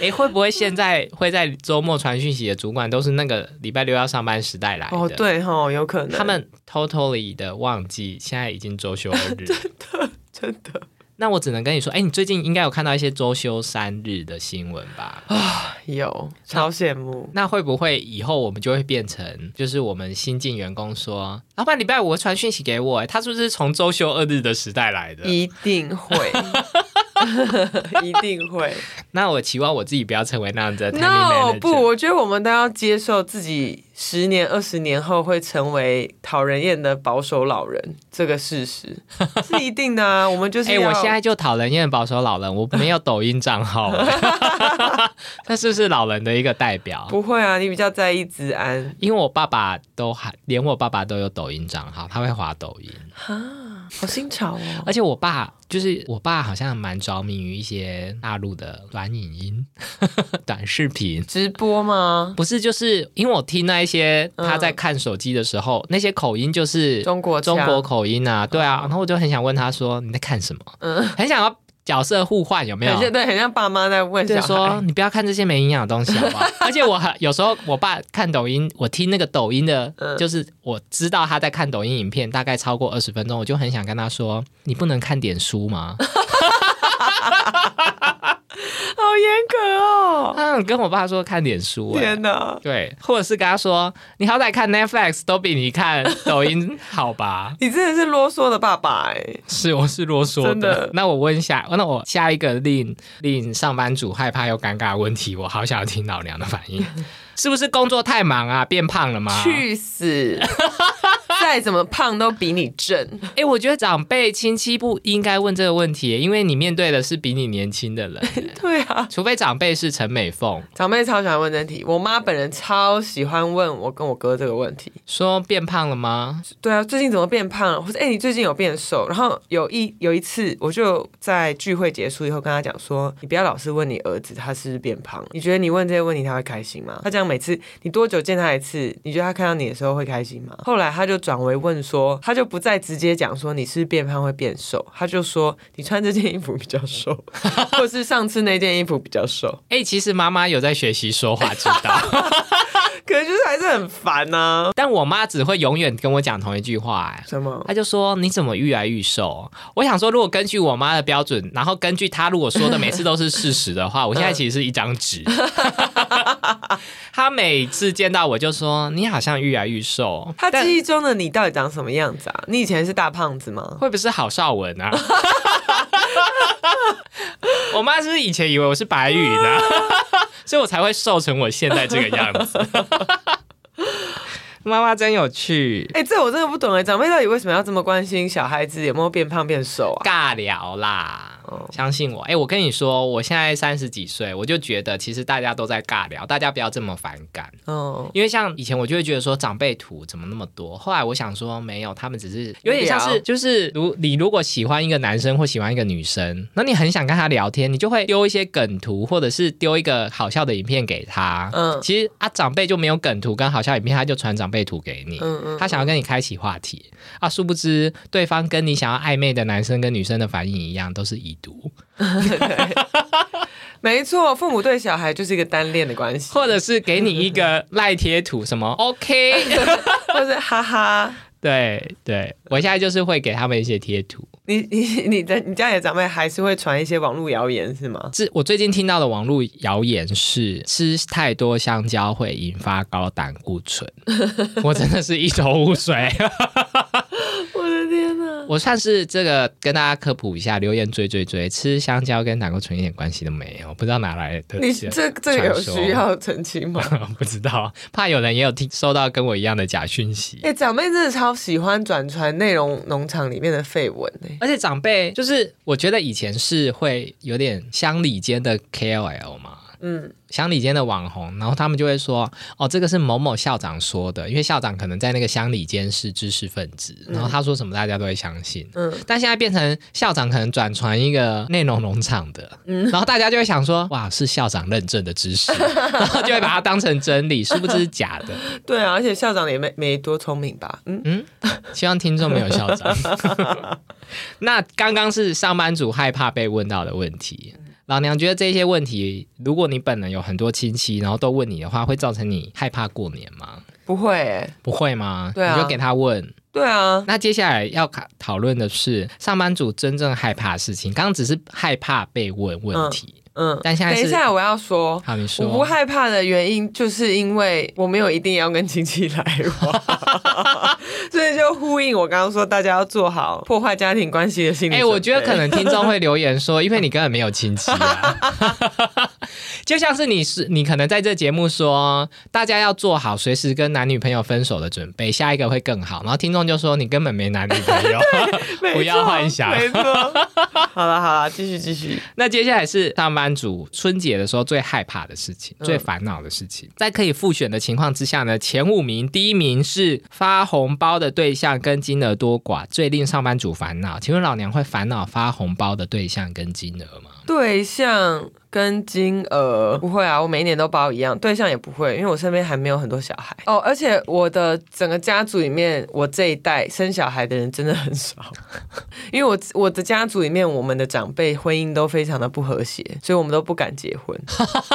[SPEAKER 2] 哎、会不会现在会在周末传讯息的主管都是那个礼拜六要上班时代来的？
[SPEAKER 1] 哦，对哈，有可能
[SPEAKER 2] 他们 totally 的忘记，现在已经周 休二日。
[SPEAKER 1] 真的
[SPEAKER 2] 那我只能跟你说，哎、你最近应该有看到一些周休三日的新闻吧？
[SPEAKER 1] 有超羡慕，
[SPEAKER 2] 那会不会以后我们就会变成，就是我们新进员工说，啊老板礼拜五传讯息给我、哎他是不是从周休二日的时代来的？
[SPEAKER 1] 一定会， 一定会。
[SPEAKER 2] 那我期望我自己不要成为那样子 的
[SPEAKER 1] No，
[SPEAKER 2] timing
[SPEAKER 1] 不，
[SPEAKER 2] manager
[SPEAKER 1] 我觉得我们都要接受自己十年、二十年后会成为讨人厌的保守老人这个事实 是一定的啊。我们就是
[SPEAKER 2] 哎、
[SPEAKER 1] 要
[SPEAKER 2] 我现在就讨人厌的保守老人，我没有抖音账号、 那是不是老人的一个代表？
[SPEAKER 1] 不会啊，你比较在意治安
[SPEAKER 2] 因为我爸爸都还连我爸爸都有抖音账号，他会滑抖音，
[SPEAKER 1] 哈，好新潮哦。
[SPEAKER 2] 而且我爸就是我爸好像蛮着迷于一些大陆的短影音、 短视频。
[SPEAKER 1] 直播吗？
[SPEAKER 2] 不是，就是因为我听那一些
[SPEAKER 1] 嗯
[SPEAKER 2] 他在看手机的时候，那些口音就是
[SPEAKER 1] 中国
[SPEAKER 2] 中
[SPEAKER 1] 腔
[SPEAKER 2] 国口音啊，对啊，
[SPEAKER 1] 嗯
[SPEAKER 2] 然后我就很想问他说你在看什么，
[SPEAKER 1] 嗯
[SPEAKER 2] 很想要角色互换有没有
[SPEAKER 1] 很？像对，很像爸妈在问
[SPEAKER 2] 就
[SPEAKER 1] 小
[SPEAKER 2] 是
[SPEAKER 1] 孩。
[SPEAKER 2] 说你不要看这些没营养的东西，好不 好？而且我还有时候我爸看抖音，我听那个抖音的，
[SPEAKER 1] 嗯
[SPEAKER 2] 就是我知道他在看抖音影片，大概超过二十分钟，我就很想跟他说，你不能看点书吗？
[SPEAKER 1] 好严格哦！
[SPEAKER 2] 他想跟我爸说看点书、欸，
[SPEAKER 1] 天哪，？
[SPEAKER 2] 对，或者是跟他说，你好歹看 Netflix 都比你看抖 音好吧
[SPEAKER 1] 你真的是啰嗦的爸爸哎、
[SPEAKER 2] 是，我是啰嗦
[SPEAKER 1] 真的
[SPEAKER 2] 那我问一下，那我下一个令令上班族害怕又尴尬的问题，我好想要听老娘的反 应，是不是工作太忙啊，变胖了吗？
[SPEAKER 1] 去死！再怎么胖都比你正。
[SPEAKER 2] 哎、我觉得长辈亲戚不应该问这个问题，因为你面对的是比你年轻的人，
[SPEAKER 1] 对啊，
[SPEAKER 2] 除非长辈是陈美凤，
[SPEAKER 1] 长辈超喜欢问这题，我妈本人超喜欢问我跟我哥这个问题。
[SPEAKER 2] 说变胖了吗？
[SPEAKER 1] 对啊，最近怎么变胖了？或者哎、你最近有变瘦？然后有一有一次，我就在聚会结束以后跟他讲说，你不要老是问你儿子他是不是变胖，你觉得你问这些问题他会开心吗？他讲每次你多久见他一次，你觉得他看到你的时候会开心吗？后来他就转为问说，他就不再直接讲说你是不是变胖会变瘦，他就说你穿这件衣服比较瘦， 或是上次那件衣服比较瘦，
[SPEAKER 2] 哎、其实妈妈有在学习说话之 道，
[SPEAKER 1] 可能就是还是很烦啊呐、
[SPEAKER 2] 但我妈只会永远跟我讲同一句话、哎。
[SPEAKER 1] 什么？
[SPEAKER 2] 她就说：“你怎么愈来愈瘦？”我想说，如果根据我妈的标准，然后根据她如果说的每次都是事实的话，我现在其实是一张纸。 她每次见到我就说：“你好像愈来愈瘦。”
[SPEAKER 1] 他
[SPEAKER 2] 但
[SPEAKER 1] 记忆中的你到底长什么样子啊？你以前是大胖子吗？
[SPEAKER 2] 会不会是郝邵文啊？ 我妈是不是以前以为我是白宇呢、 所以我才会瘦成我现在这个样子。 妈妈真有 趣，
[SPEAKER 1] 哎、这我真的不懂哎，长辈到底为什么要这么关心小孩子有没有变胖变瘦 啊？
[SPEAKER 2] 尬聊啦。
[SPEAKER 1] 哦
[SPEAKER 2] 相信我，哎、我跟你说，我现在三十几岁，我就觉得其实大家都在尬聊，大家不要这么反感。
[SPEAKER 1] 哦，
[SPEAKER 2] 因为像以前我就会觉得说长辈图怎么那么多，后来我想说没有，他们只是有点像
[SPEAKER 1] 无
[SPEAKER 2] 是
[SPEAKER 1] 聊
[SPEAKER 2] 就是如你如果喜欢一个男生或喜欢一个女生，那你很想跟他聊天，你就会丢一些梗图或者是丢一个好笑的影片给他。
[SPEAKER 1] 嗯
[SPEAKER 2] 其实啊长辈就没有梗图跟好笑影片，他就传长辈图给你。
[SPEAKER 1] 嗯嗯，
[SPEAKER 2] 他想要跟你开启话题啊，殊不知对方跟你想要暧昧的男生跟女生的反应一样，都是已读。
[SPEAKER 1] 没错，父母对小孩就是一个单恋的关系，
[SPEAKER 2] 或者是给你一个赖贴 图，什么 OK？
[SPEAKER 1] 或者哈哈。
[SPEAKER 2] 对对，我现在就是会给他们一些贴图。
[SPEAKER 1] 你你你的你家里的长辈还是会传一些网络谣言是吗？
[SPEAKER 2] 这我最近听到的网络谣言是，吃太多香蕉会引发高胆固 醇，我真的是一头雾水。
[SPEAKER 1] 我的天哪！
[SPEAKER 2] 我算是这个跟大家科普一下，留言追追追，吃香蕉跟胆固醇一点关系都没有，不知道哪来的。
[SPEAKER 1] 你这这个有需要澄清 吗？
[SPEAKER 2] 不知道，怕有人也有听收到跟我一样的假讯息。
[SPEAKER 1] 哎、长辈真的超喜欢转传内容农场里面的绯闻哎，
[SPEAKER 2] 而且长辈就是，我觉得以前是会有点乡里间的 KOL 嘛，
[SPEAKER 1] 嗯，
[SPEAKER 2] 乡里间的网红，然后他们就会说，哦，这个是某某校长说的，因为校长可能在那个乡里间是知识分子，然后他说什么大家都会相信。
[SPEAKER 1] 嗯
[SPEAKER 2] 但现在变成校长可能转传一个内容农场的，然后大家就会想说，哇，是校长认证的知识， 然后就会把它当成真理，殊不知是假的。
[SPEAKER 1] 对啊，而且校长也没没多聪明吧？嗯，
[SPEAKER 2] 嗯，希望听众没有校 长。那刚刚是上班族害怕被问到的问题。老娘觉得这些问题，如果你本人有很多亲戚，然后都问你的话，会造成你害怕过年吗？
[SPEAKER 1] 不会哎，
[SPEAKER 2] 不会吗？
[SPEAKER 1] 对啊
[SPEAKER 2] 你就给他问。
[SPEAKER 1] 对啊，
[SPEAKER 2] 那接下来要讨讨论的是上班族真正害怕的事情。刚刚只是害怕被问问题，
[SPEAKER 1] 嗯，
[SPEAKER 2] 但现在
[SPEAKER 1] 等
[SPEAKER 2] 是
[SPEAKER 1] 一下我要说，
[SPEAKER 2] 好，你
[SPEAKER 1] 我不
[SPEAKER 2] 说
[SPEAKER 1] 害怕的原因，就是因为我没有一定要跟亲戚来 往，所以就呼应我刚刚说，大家要做好破坏家庭关系的心理
[SPEAKER 2] 哎、
[SPEAKER 1] 准备。
[SPEAKER 2] 我觉得可能听众会留 言说，因为你根本没有亲戚啊， 就像是你是你可能在这节目说，大家要做好随时跟男女朋友分手的准备，下一个会更好。然后听众就说你根本没男女朋 友。
[SPEAKER 1] 没错
[SPEAKER 2] 不要幻想
[SPEAKER 1] 没 错。好了好了，继续继续。
[SPEAKER 2] 那接下来是上班族春节的时候最害怕的事情，
[SPEAKER 1] 嗯
[SPEAKER 2] 最烦恼的事情。在可以复选的情况之下呢，前五名，第一名是发红包的对象跟金额多寡，最令上班族烦恼。请问老娘会烦恼发红包的对象跟金额吗？
[SPEAKER 1] 对象跟金额不会啊，我每一年都包一样，对象也不会，因为我身边还没有很多小孩哦。而且我的整个家族里面，我这一代生小孩的人真的很 少，因为我我的家族里面，我们的长辈婚姻都非常的不和谐，所以我们都不敢结 婚，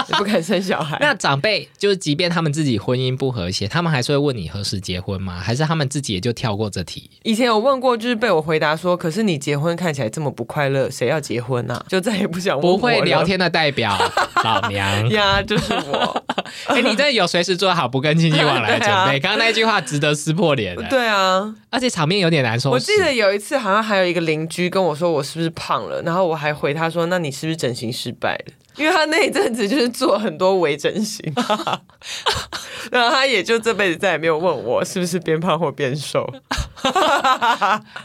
[SPEAKER 1] 也不敢生小孩。
[SPEAKER 2] 那长辈就是，即便他们自己婚姻不和谐，他们还是会问你何时结婚吗？还是他们自己也就跳过这题？
[SPEAKER 1] 以前有问过，就是被我回答说，可是你结婚看起来这么不快乐，谁要结婚啊？就再也不想问我
[SPEAKER 2] 不会
[SPEAKER 1] 了
[SPEAKER 2] 聊天的代表 老娘，
[SPEAKER 1] 呀，就是 我。
[SPEAKER 2] 哎、你真的有随时做好不跟亲戚往来的准备。
[SPEAKER 1] 对啊
[SPEAKER 2] 刚刚那句话值得撕破脸的，
[SPEAKER 1] 对啊，
[SPEAKER 2] 而且场面有点难收拾。
[SPEAKER 1] 我记得有一次，好像还有一个邻居跟我说我是不是胖了，然后我还回他说：“那你是不是整形失败了？” 因为他那一阵子就是做很多微整形， 然后他也就这辈子再也没有问我是不是变胖或变瘦。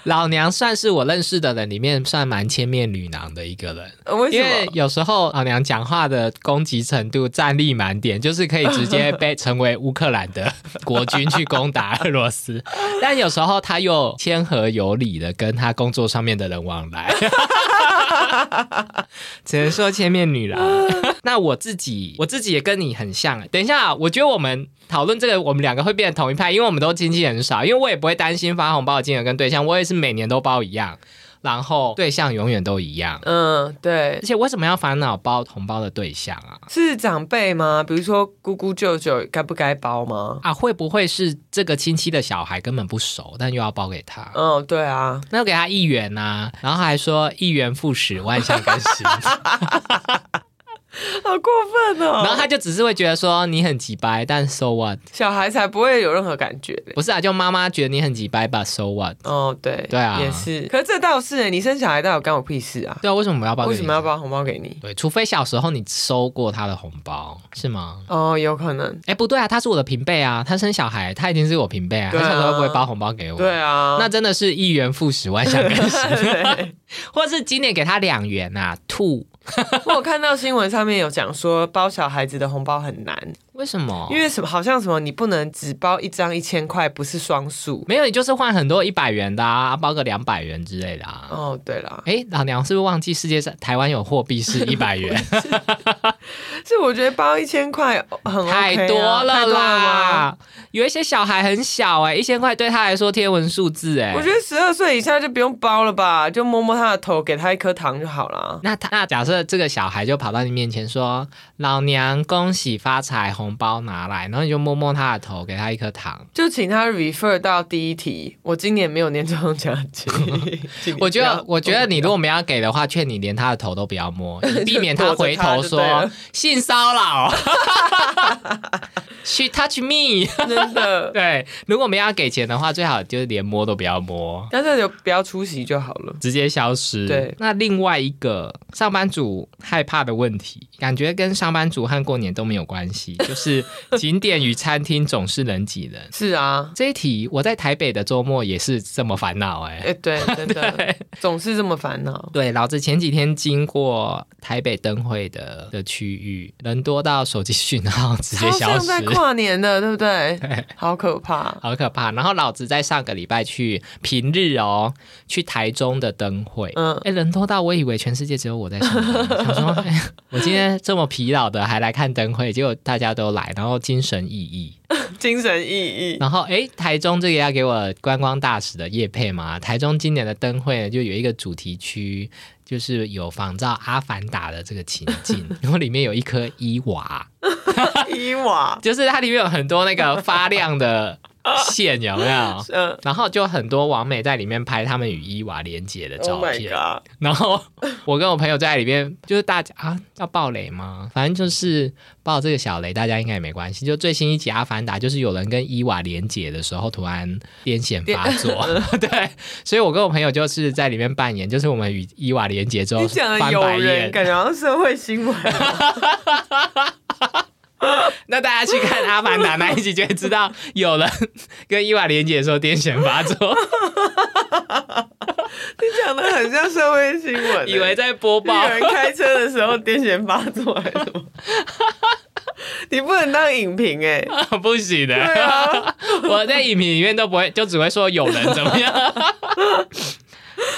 [SPEAKER 2] 老娘算是我认识的人里面算蛮千面女郎的一个人。
[SPEAKER 1] 呃 为
[SPEAKER 2] 因
[SPEAKER 1] 什
[SPEAKER 2] 为
[SPEAKER 1] 么？
[SPEAKER 2] 有时候老娘讲话的攻击程度战力满点，就是可以直 接被成为乌克兰的国军去攻打俄罗斯，但有时候他又谦和有礼的跟他工作上面的人往来， 只能说千面女郎。 那我自己，我自己也跟你很像。等一下，我觉得我们讨论这个，我们两个会变成同一派，因为我们都经济很少，因为我也不会担心发红包的金额跟对象，我也是每年都包一样，然后对象永远都一样。
[SPEAKER 1] 嗯，对
[SPEAKER 2] 而，且为什么要烦恼包红包的对象啊？
[SPEAKER 1] 是长辈吗？比如说姑姑舅舅该不该包吗？
[SPEAKER 2] 啊，会不会是这个亲戚的小孩根本不熟，但又要包给他？
[SPEAKER 1] 嗯，对啊，
[SPEAKER 2] 那就给他一元呐、啊，然后还说一元复始，万象更 新，
[SPEAKER 1] 好过分
[SPEAKER 2] 然
[SPEAKER 1] 哦！
[SPEAKER 2] 后他就只是会觉得说你很急掰，但 so what？
[SPEAKER 1] 小孩才不会有任何感觉嘞。
[SPEAKER 2] 不是啊，就妈妈觉得你很急掰吧，so what？
[SPEAKER 1] 哦，对，
[SPEAKER 2] 对啊
[SPEAKER 1] 也是。可是这倒是，欸你生小孩到底干我屁事啊？
[SPEAKER 2] 对啊，为什么我们要包给
[SPEAKER 1] 为
[SPEAKER 2] 你？
[SPEAKER 1] 什么要？包红包给你？
[SPEAKER 2] 对，除非小时候你收过他的红包，是吗？
[SPEAKER 1] 哦，有可能，
[SPEAKER 2] 哎，不对啊，他是我的平辈啊，他生小孩，他一定是我平辈啊，他
[SPEAKER 1] 对啊
[SPEAKER 2] 小时候不会包红包给我。
[SPEAKER 1] 对啊，
[SPEAKER 2] 那真的是一元复始，万象更新。
[SPEAKER 1] 对，
[SPEAKER 2] 或是今年给他两元啊，吐。
[SPEAKER 1] 我有看到新闻上面有讲说包小孩子的红包很难，
[SPEAKER 2] 为什么？
[SPEAKER 1] 因为什么好像什么你不能只包一张一千块，不是双数。
[SPEAKER 2] 没有，你就是换很多一百元的啊，包个两百元之类的啊。
[SPEAKER 1] 哦，对啦，
[SPEAKER 2] 哎，老娘是不是忘记世界上台湾有货 币是一百元？
[SPEAKER 1] 所以我觉得包一千块很 OK 啊、
[SPEAKER 2] 太多
[SPEAKER 1] 太
[SPEAKER 2] 了
[SPEAKER 1] 多了吗
[SPEAKER 2] 啦！有一些小孩很小哎、一千块对他来说天文数字哎、
[SPEAKER 1] 我觉得十二岁以下就不用包了吧，就摸摸他的头，给他一颗糖就好了。
[SPEAKER 2] 那他那假设这个小孩就跑到你面前说：“老娘恭喜发财，红包拿来。”然后你就摸摸他的头，给他一颗糖。
[SPEAKER 1] 就请他 refer 到第一题。我今年没有年终奖 金， 请你
[SPEAKER 2] 我觉
[SPEAKER 1] 不
[SPEAKER 2] 得
[SPEAKER 1] 要，
[SPEAKER 2] 我觉得你如果没有给的话，劝你连他的头都不要 摸，以避免他回头
[SPEAKER 1] 躲着 他就对啊
[SPEAKER 2] 说
[SPEAKER 1] 了
[SPEAKER 2] 性骚 扰。去 touch me。
[SPEAKER 1] 真的，
[SPEAKER 2] 对，如果没有要给钱的话，最好就是连摸都不要摸。
[SPEAKER 1] 但是就不要出席就好了。
[SPEAKER 2] 直接消失。
[SPEAKER 1] 对，
[SPEAKER 2] 那另外一个上班族害怕的问题，感觉跟上班族和过年都没有关 系，就是景点与餐厅总是人挤人。
[SPEAKER 1] 是啊，
[SPEAKER 2] 这一题我在台北的周末也是这么烦恼哎、
[SPEAKER 1] 哎、对，真 的总是这么烦恼。
[SPEAKER 2] 对，老子前几天经过台北灯会的的区域，人多到手机讯号 直接
[SPEAKER 1] 超
[SPEAKER 2] 消
[SPEAKER 1] 像
[SPEAKER 2] 失，
[SPEAKER 1] 在跨年的，对不 对？好可怕！
[SPEAKER 2] 好可怕。然后老子在上个礼拜去平日哦，去台中的灯会，
[SPEAKER 1] 嗯，
[SPEAKER 2] 哎、人多到我以为全世界只有我在 上班，想说、哎呀我今天这么疲劳的还来看灯会，结果大家都来，然后精神奕奕。
[SPEAKER 1] 精神意义。
[SPEAKER 2] 然后哎、台中这个要给我观光大使的叶配嘛，台中今年的灯会呢就有一个主题区，就是有仿照《阿凡达》的这个情 境，然后里面有一颗伊娃，
[SPEAKER 1] 伊娃，
[SPEAKER 2] 就是它里面有很多那个发亮的 线，有没有？
[SPEAKER 1] 嗯
[SPEAKER 2] 然后就很多网美在里面拍他们与伊娃连接的照
[SPEAKER 1] ，Oh my
[SPEAKER 2] 片。
[SPEAKER 1] god！
[SPEAKER 2] 然后我跟我朋友在里面，就是大家啊要爆雷吗？反正就是爆这个小雷，大家应该也没关系。就最新一集《阿凡达》，就是有人跟伊娃连结的时候，突然癫痫发 作，对，所以我跟我朋友就是在里面扮演，就是我们与伊娃连结之后
[SPEAKER 1] 你讲的
[SPEAKER 2] 翻
[SPEAKER 1] 有
[SPEAKER 2] 白
[SPEAKER 1] 人，
[SPEAKER 2] 眼。
[SPEAKER 1] 感觉好像社会新闻。
[SPEAKER 2] 那大家去看《阿凡达》那一集，就会知道有人 跟伊娃连结的时候癫痫发作，
[SPEAKER 1] 你讲的很像社会新闻，欸
[SPEAKER 2] 以为在播报
[SPEAKER 1] 有。人开车的时候癫痫发作还是什么？ 你不能当影评哎、
[SPEAKER 2] 不行的，
[SPEAKER 1] 对啊
[SPEAKER 2] 我在影评里面都不会，就只会说有人怎么样。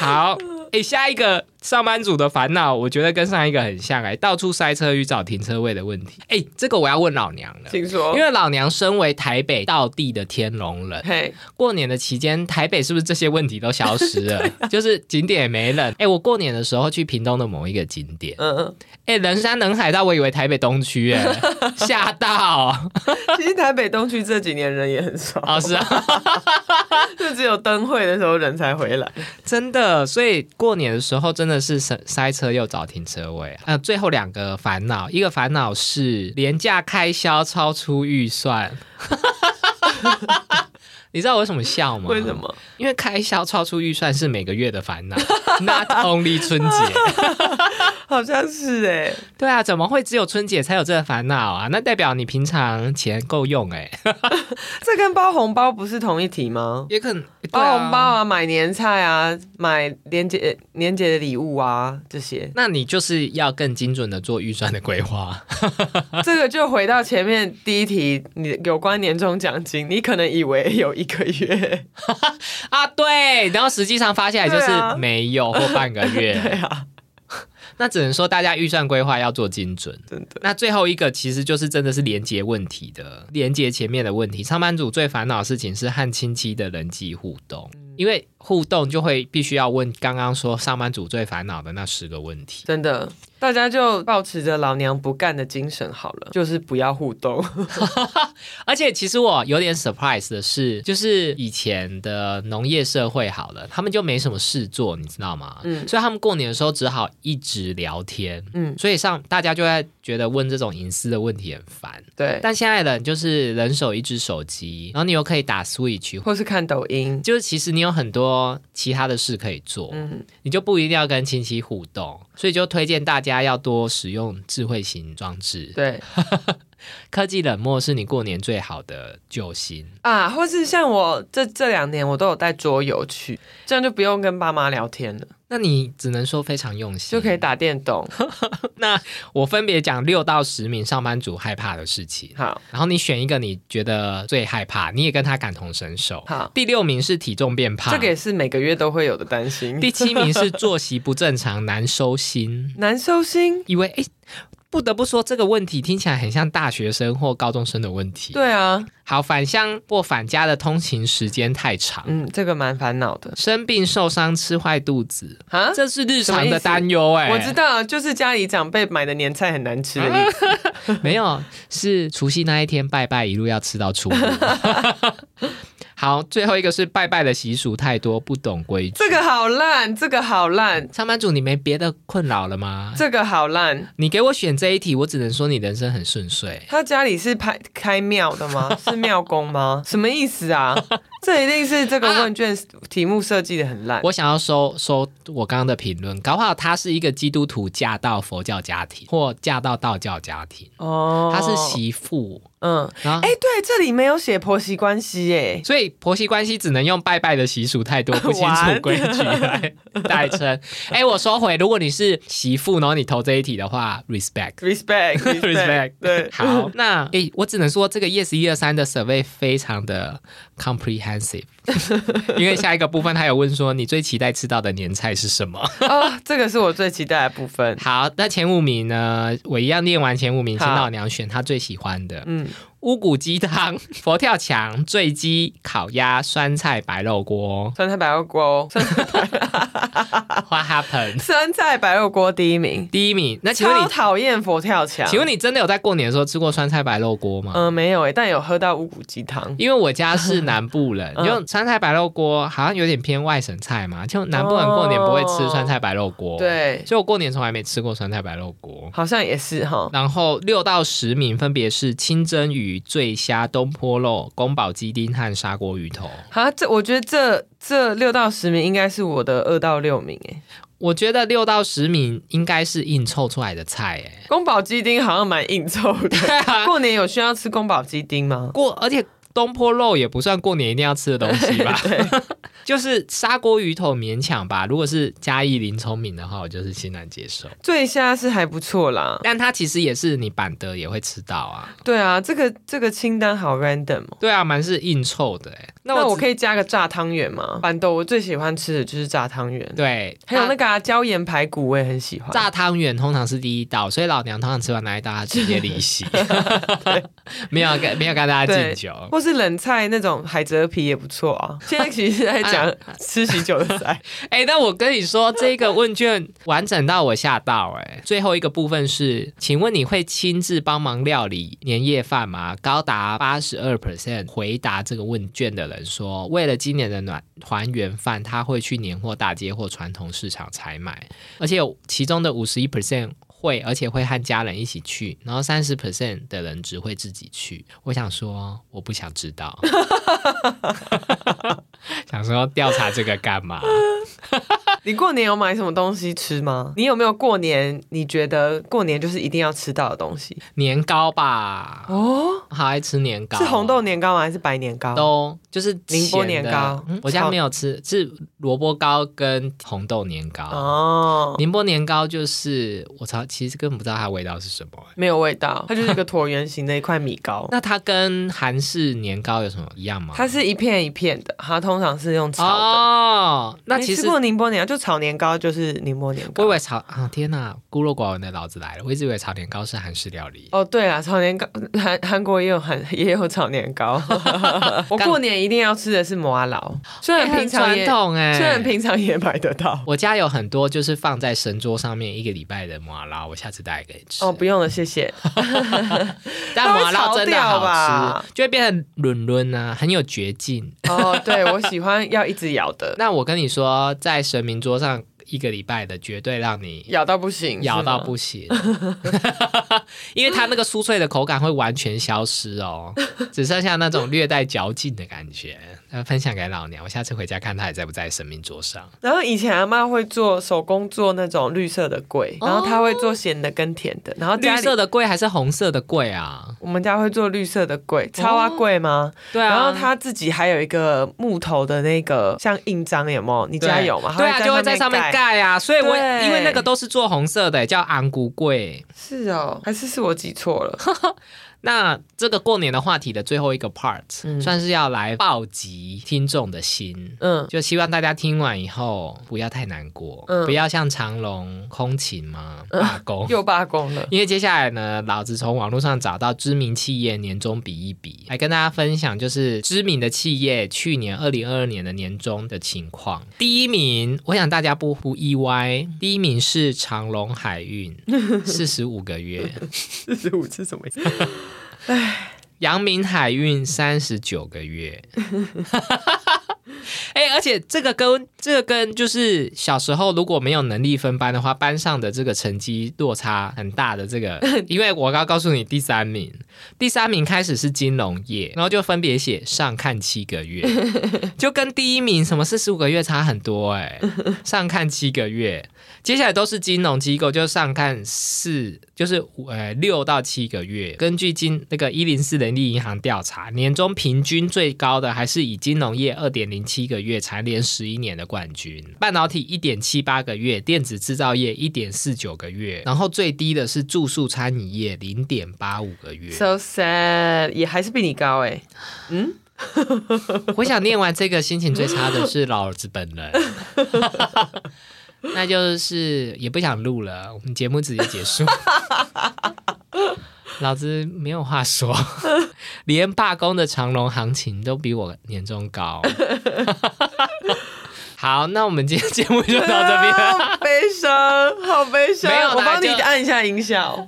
[SPEAKER 2] 好，诶、下一个上班族的烦恼，我觉得跟上一个很像诶、到处塞车与找停车位的问题。诶、这个我要问老娘了。
[SPEAKER 1] 请说
[SPEAKER 2] 因。为老娘身为台北道地的天龙人，
[SPEAKER 1] 嘿，
[SPEAKER 2] 过年的期间，台北是不是这些问题都消失了？就是景点也没人。诶、我过年的时候去屏东的某一个景点，
[SPEAKER 1] 嗯嗯，
[SPEAKER 2] 诶、人山人海到我以为台北东区、诶，吓到！
[SPEAKER 1] 其实台北东区这几年人也很少，
[SPEAKER 2] 老师啊，
[SPEAKER 1] 就只有灯会的时候人才回来。
[SPEAKER 2] 真的，所以过年的时候真的是塞塞车又找停车位、啊。呃，最后两个烦恼，一个烦恼是廉价开销超出预算。 你知道我为什么笑吗？
[SPEAKER 1] 为什？么？
[SPEAKER 2] 因为开销超出预算是每个月的烦恼 ，not only 春节。
[SPEAKER 1] 好像是哎、
[SPEAKER 2] 对啊，怎么会只有春节才有这个烦恼啊？那代表你平常钱够用哎、
[SPEAKER 1] 这跟包红包不是同一题吗？
[SPEAKER 2] 也可能
[SPEAKER 1] 包红包。
[SPEAKER 2] 对啊
[SPEAKER 1] 啊，买年菜啊，买年节年节的礼物啊，这
[SPEAKER 2] ，
[SPEAKER 1] 些
[SPEAKER 2] 那你就是要更精准的做预算的规划。
[SPEAKER 1] 这个就回到前面第一题，你有关年终奖金，你可能以为有一个 月，
[SPEAKER 2] 啊，对，然后实际上发下来就
[SPEAKER 1] 对啊
[SPEAKER 2] 是没有或半个 月，
[SPEAKER 1] 对啊，
[SPEAKER 2] 那只能说大家预算规划要做精准。
[SPEAKER 1] 真的。
[SPEAKER 2] 那最后一个其实就是真的是连接问题的，连接前面的问题。上班族最烦恼的事情是和亲戚的人际互动，
[SPEAKER 1] 嗯
[SPEAKER 2] 因为互动就会必须要问刚刚说上班族最烦恼的那十个问题。
[SPEAKER 1] 真的，大家就保持着老娘不干的精神好了，就是不要互 动。
[SPEAKER 2] 而且其实我有点 surprise 的是，就是以前的农业社会好了，他们就没什么事做，你知道吗？
[SPEAKER 1] 嗯
[SPEAKER 2] 所以他们过年的时候只好一直聊天。
[SPEAKER 1] 嗯，
[SPEAKER 2] 所以上大家就会觉得问这种隐私的问题很烦，
[SPEAKER 1] 对，
[SPEAKER 2] 但现在的人就是人手一只手机，然后你又可以打 Switch，
[SPEAKER 1] 或是看抖音。
[SPEAKER 2] 就是其实你有很多其他的事可以做，
[SPEAKER 1] 嗯，
[SPEAKER 2] 你就不一定要跟亲戚互动，所以就推荐大家要多使用智慧型装置。
[SPEAKER 1] 对
[SPEAKER 2] 科技冷漠是你过年最好的救星。
[SPEAKER 1] 啊，或是像我这这两年我都有带桌游去，这样就不用跟爸妈聊天了。
[SPEAKER 2] 那你只能说非常用心，
[SPEAKER 1] 就可以。打电 动。
[SPEAKER 2] 那我分别讲六到十名上班族害怕的事情，
[SPEAKER 1] 好
[SPEAKER 2] 然后你选一个你觉得最害怕，你也跟他感同身受。
[SPEAKER 1] 好，
[SPEAKER 2] 第六名是体重变胖，
[SPEAKER 1] 这个也是每个月都会有的担心。
[SPEAKER 2] 第七名是作息不正常，难收心。
[SPEAKER 1] 难收心，
[SPEAKER 2] 因为诶，不得不说这个问题听起来很像大学生或高中生的问题。，
[SPEAKER 1] 对啊，
[SPEAKER 2] 好，返乡或返家的通勤时间太长，
[SPEAKER 1] 嗯，这个蛮烦恼的
[SPEAKER 2] 生病受伤、吃坏肚子，
[SPEAKER 1] 啊。
[SPEAKER 2] 这是日常的担忧。哎，
[SPEAKER 1] 我知道，就是家里长辈买的年菜很难吃的
[SPEAKER 2] 嗯
[SPEAKER 1] 意思。
[SPEAKER 2] 没有，是除夕那一天拜拜，一路要吃 到初五。好，最后一个是拜拜的习俗太多，不懂规矩。
[SPEAKER 1] 这个好烂，这个好烂，
[SPEAKER 2] 上班族，你没别的困扰了吗？
[SPEAKER 1] 这个好烂。
[SPEAKER 2] 你给我选这一题，我只能说你人生很顺遂。
[SPEAKER 1] 他家里是拍开庙的 吗？是庙公吗？什么意思啊？这一定是这个问卷题目设计的很烂。
[SPEAKER 2] 我想要收收我刚刚的评论，搞不好他是一个基督徒嫁到佛教家庭，或嫁到道教家庭，
[SPEAKER 1] 哦
[SPEAKER 2] 他是媳妇，
[SPEAKER 1] 嗯，
[SPEAKER 2] 然后
[SPEAKER 1] 哎、对，这里没有写婆媳关系 耶。
[SPEAKER 2] 所以婆媳关系只能用拜拜的习俗 太多不清楚
[SPEAKER 1] 玩
[SPEAKER 2] 规矩来代称。哎、我收回，如果你是媳妇，然后你投这一题的话，respect。
[SPEAKER 1] respect
[SPEAKER 2] respect，
[SPEAKER 1] 对，
[SPEAKER 2] 好，那哎、我只能说这个 yes 一二三的 survey 非常的 comprehensive，因为下一个部分他有问说你最期待吃到的年菜是什么？
[SPEAKER 1] 哦，这个是我最期待的部分。
[SPEAKER 2] 好，那前五名呢？我一样念完前五名，
[SPEAKER 1] 好
[SPEAKER 2] 先老娘选他最喜欢的
[SPEAKER 1] 嗯，。
[SPEAKER 2] 乌骨鸡汤、佛跳墙、醉鸡、烤鸭、酸菜白肉锅哦
[SPEAKER 1] 酸菜白肉锅，酸
[SPEAKER 2] What happened？
[SPEAKER 1] 酸菜白肉锅第一名。
[SPEAKER 2] 第一名。那请问
[SPEAKER 1] 超
[SPEAKER 2] 你，
[SPEAKER 1] 讨厌佛跳墙。
[SPEAKER 2] 请问你真的有在过年的时候吃过酸菜白肉锅吗？
[SPEAKER 1] 嗯、没有哎，但有喝到五谷鸡汤。
[SPEAKER 2] 因为我家是南 部人，
[SPEAKER 1] 嗯
[SPEAKER 2] 就酸菜白肉锅好像有点偏外省菜嘛，就南部人过年不会吃酸菜白肉锅，，
[SPEAKER 1] 哦对，
[SPEAKER 2] 所以我过年从来没吃过酸菜白肉锅。
[SPEAKER 1] 好像也是哈。
[SPEAKER 2] 然后六到十名分别是清蒸鱼、醉虾、东坡肉、宫保鸡丁和砂锅鱼头。
[SPEAKER 1] 啊，这我觉得这这六到十名应该是我的二到六名哎。
[SPEAKER 2] 我觉得六到十名应该是硬凑出来的菜， 哎，
[SPEAKER 1] 宫保鸡丁好像蛮应酬的。
[SPEAKER 2] 对啊，
[SPEAKER 1] 过年有需要吃宫保鸡丁吗？
[SPEAKER 2] 过而且东坡肉也不算过年一定要吃的东西 吧，就是砂锅鱼头勉强吧。如果是嘉义林聪明的话，我就是欣然接 受。
[SPEAKER 1] 醉虾是还不错啦。
[SPEAKER 2] 但它其实也是你板的也会吃到啊，
[SPEAKER 1] 对啊，这个这个清单好 random 哦。
[SPEAKER 2] 对啊，蛮是硬凑的哎。那
[SPEAKER 1] 那我
[SPEAKER 2] 我以
[SPEAKER 1] 可以加个炸汤圆吗？板豆我最喜欢吃的就是炸汤圆，
[SPEAKER 2] 对，
[SPEAKER 1] 还有那个、
[SPEAKER 2] 个。
[SPEAKER 1] 啊、椒盐排骨我也很喜欢。
[SPEAKER 2] 炸汤圆通常是第一道，所以老娘通常吃完那一道，她直接 离席， 没有跟没有跟大家敬
[SPEAKER 1] 对
[SPEAKER 2] 酒。
[SPEAKER 1] 或是冷菜那种海蜇皮也不错 啊。现在其实是在
[SPEAKER 2] 啊
[SPEAKER 1] 讲吃喜酒的菜，
[SPEAKER 2] 哎、但我跟你说， 这个问卷完整到我吓到哎、最后一个部分是，请问你会亲自帮忙料理年夜饭吗？高达八十二 percent 回答这个问卷的人说，为了今年的暖团圆饭，他会去年货大街或传统市场采买，而且其中的五十一 percent。会，而且会和家人一起去，然后三十 percent 的人只会自己去。我想说，我不想知道， 想说调查这个干嘛？
[SPEAKER 1] 你过年有买什么东西吃吗？你有没有过年你觉得过年就是一定要吃到的东西？
[SPEAKER 2] 年糕吧，
[SPEAKER 1] 哦，
[SPEAKER 2] 好爱吃年糕，
[SPEAKER 1] 是红豆年糕吗？还是白年糕？
[SPEAKER 2] 都就是
[SPEAKER 1] 宁波年
[SPEAKER 2] 咸的
[SPEAKER 1] 糕
[SPEAKER 2] 嗯我家
[SPEAKER 1] 炒
[SPEAKER 2] 没有吃，是萝卜糕跟红豆年糕。
[SPEAKER 1] 哦，
[SPEAKER 2] 宁波年糕就是我超其实根本不知道它味道是什么、欸。
[SPEAKER 1] 没有味道，它就是一个椭圆形的一块米糕
[SPEAKER 2] 那它跟韩式年糕有什么一样吗？
[SPEAKER 1] 它是一片一片的，它通常是用炒的。
[SPEAKER 2] 哦，那
[SPEAKER 1] 没
[SPEAKER 2] 其
[SPEAKER 1] 吃
[SPEAKER 2] 实
[SPEAKER 1] 过宁波年糕，就炒年糕就是宁波年
[SPEAKER 2] 我以
[SPEAKER 1] 糕。
[SPEAKER 2] 为炒啊，天哪，孤陋寡闻的老子来了，我一直以为炒年糕是韩式料理。
[SPEAKER 1] 哦，对啦，炒年糕，韩韩国也有韩 也有炒年糕。 我过年一定要吃的是摩阿劳，虽然
[SPEAKER 2] 欸
[SPEAKER 1] 平常
[SPEAKER 2] 很传
[SPEAKER 1] 也、
[SPEAKER 2] 统哎、
[SPEAKER 1] 虽然平常也买得 到。
[SPEAKER 2] 我家有很多就是放在神桌上面一个礼拜的麻辣，我下次带给你吃。
[SPEAKER 1] 哦，不用了，谢 谢。
[SPEAKER 2] 但麻辣真
[SPEAKER 1] 它会
[SPEAKER 2] 的
[SPEAKER 1] 潮
[SPEAKER 2] 好
[SPEAKER 1] 掉
[SPEAKER 2] 吃，就会变成伦伦啊，很有嚼劲。
[SPEAKER 1] 哦，对我喜欢要一直咬的，
[SPEAKER 2] 那我跟你说，在神明桌上一个礼拜的，绝对让你
[SPEAKER 1] 咬到不行，
[SPEAKER 2] 咬到
[SPEAKER 1] 是吗
[SPEAKER 2] 不行，因为它那个酥脆的口感会完全消失哦，只剩下那种略带嚼劲的感觉。呃分享给老娘，我下次回家看她还在不在生命桌上。
[SPEAKER 1] 然后以前阿妈会做手工做那种绿色的柜，然后她会做咸的跟甜的，然后
[SPEAKER 2] 哦绿
[SPEAKER 1] 家里
[SPEAKER 2] 色的柜还是红色的柜啊？
[SPEAKER 1] 我们家会做绿色的柜，超啊柜吗？
[SPEAKER 2] 哦对啊，
[SPEAKER 1] 然后她自己还有一个木头的那个像印章，有没有？你
[SPEAKER 2] 对
[SPEAKER 1] 家有吗？
[SPEAKER 2] 对啊，
[SPEAKER 1] 她
[SPEAKER 2] 就会
[SPEAKER 1] 会
[SPEAKER 2] 在上面
[SPEAKER 1] 盖。
[SPEAKER 2] 盖啊，所以我
[SPEAKER 1] 对
[SPEAKER 2] 因为那个都是做红色的，叫昂古柜。
[SPEAKER 1] 是哦，还是是我记错了？
[SPEAKER 2] 那这个过年的话题的最后一个 part，、
[SPEAKER 1] 嗯
[SPEAKER 2] 算是要来暴击听众的心。
[SPEAKER 1] 嗯，
[SPEAKER 2] 就希望大家听完以后不要太难过，
[SPEAKER 1] 嗯
[SPEAKER 2] 不要像长隆空勤嘛罢 工。
[SPEAKER 1] 又罢工了。
[SPEAKER 2] 因为接下来呢，老子从网络上找到知名企业年终比一比，来跟大家分享，就是知名的企业去年二零二二年的年终的情况。第一名，我想大家不不意外，第一名是长隆海 运，四十五个月；
[SPEAKER 1] 四十五是什么意思？
[SPEAKER 2] 阳明海运三十九个月。 哎、而且这个跟这个跟就是小时候如果没有能力分班的话，班上的这个成绩落差很大的这个，因为我刚告诉你第三名，第三名开始是金融业，然后就分别写上看七个月，就跟第一名什么四十五个月差很多哎、上看七个月，接下来都是金融机构，就上看四就是五呃六到七个月。根据金那个一零四人力银行调查，年终平均最高的还是以金融业二点零七个月蝉联十一年的冠军，半导体一点七八个月，电子制造业一点四九个月，然后最低的是住宿餐饮业零点八五个月。
[SPEAKER 1] So sad，也还是比你高哎、
[SPEAKER 2] 我想念完这个心情最差的是老儿子本人，那就是也不想录了，我们节目直接结束。老子没有话说，连罢工的长隆行情都比我年终高。好，那我们今天节目就到这边。
[SPEAKER 1] 啊好悲伤，好悲伤
[SPEAKER 2] 没有。啦
[SPEAKER 1] 我帮你
[SPEAKER 2] 就
[SPEAKER 1] 按一下音 效。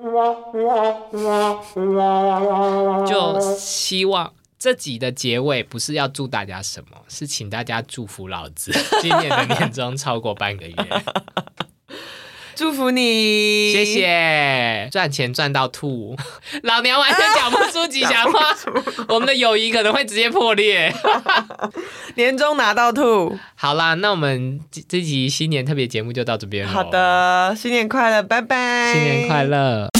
[SPEAKER 2] 就希望这集的结尾不是要祝大家什么，是请大家祝福老子今年的年终超过半个月，
[SPEAKER 1] 祝福你，
[SPEAKER 2] 谢。谢，赚钱赚到吐， 老娘完全讲不出吉祥 话，我们的友谊可能会直接破裂。
[SPEAKER 1] 年终拿到兔，
[SPEAKER 2] 好啦，那我们这这集新年特别节目就到这边了，
[SPEAKER 1] 好，的，新年快乐，拜拜，
[SPEAKER 2] 新年快。乐。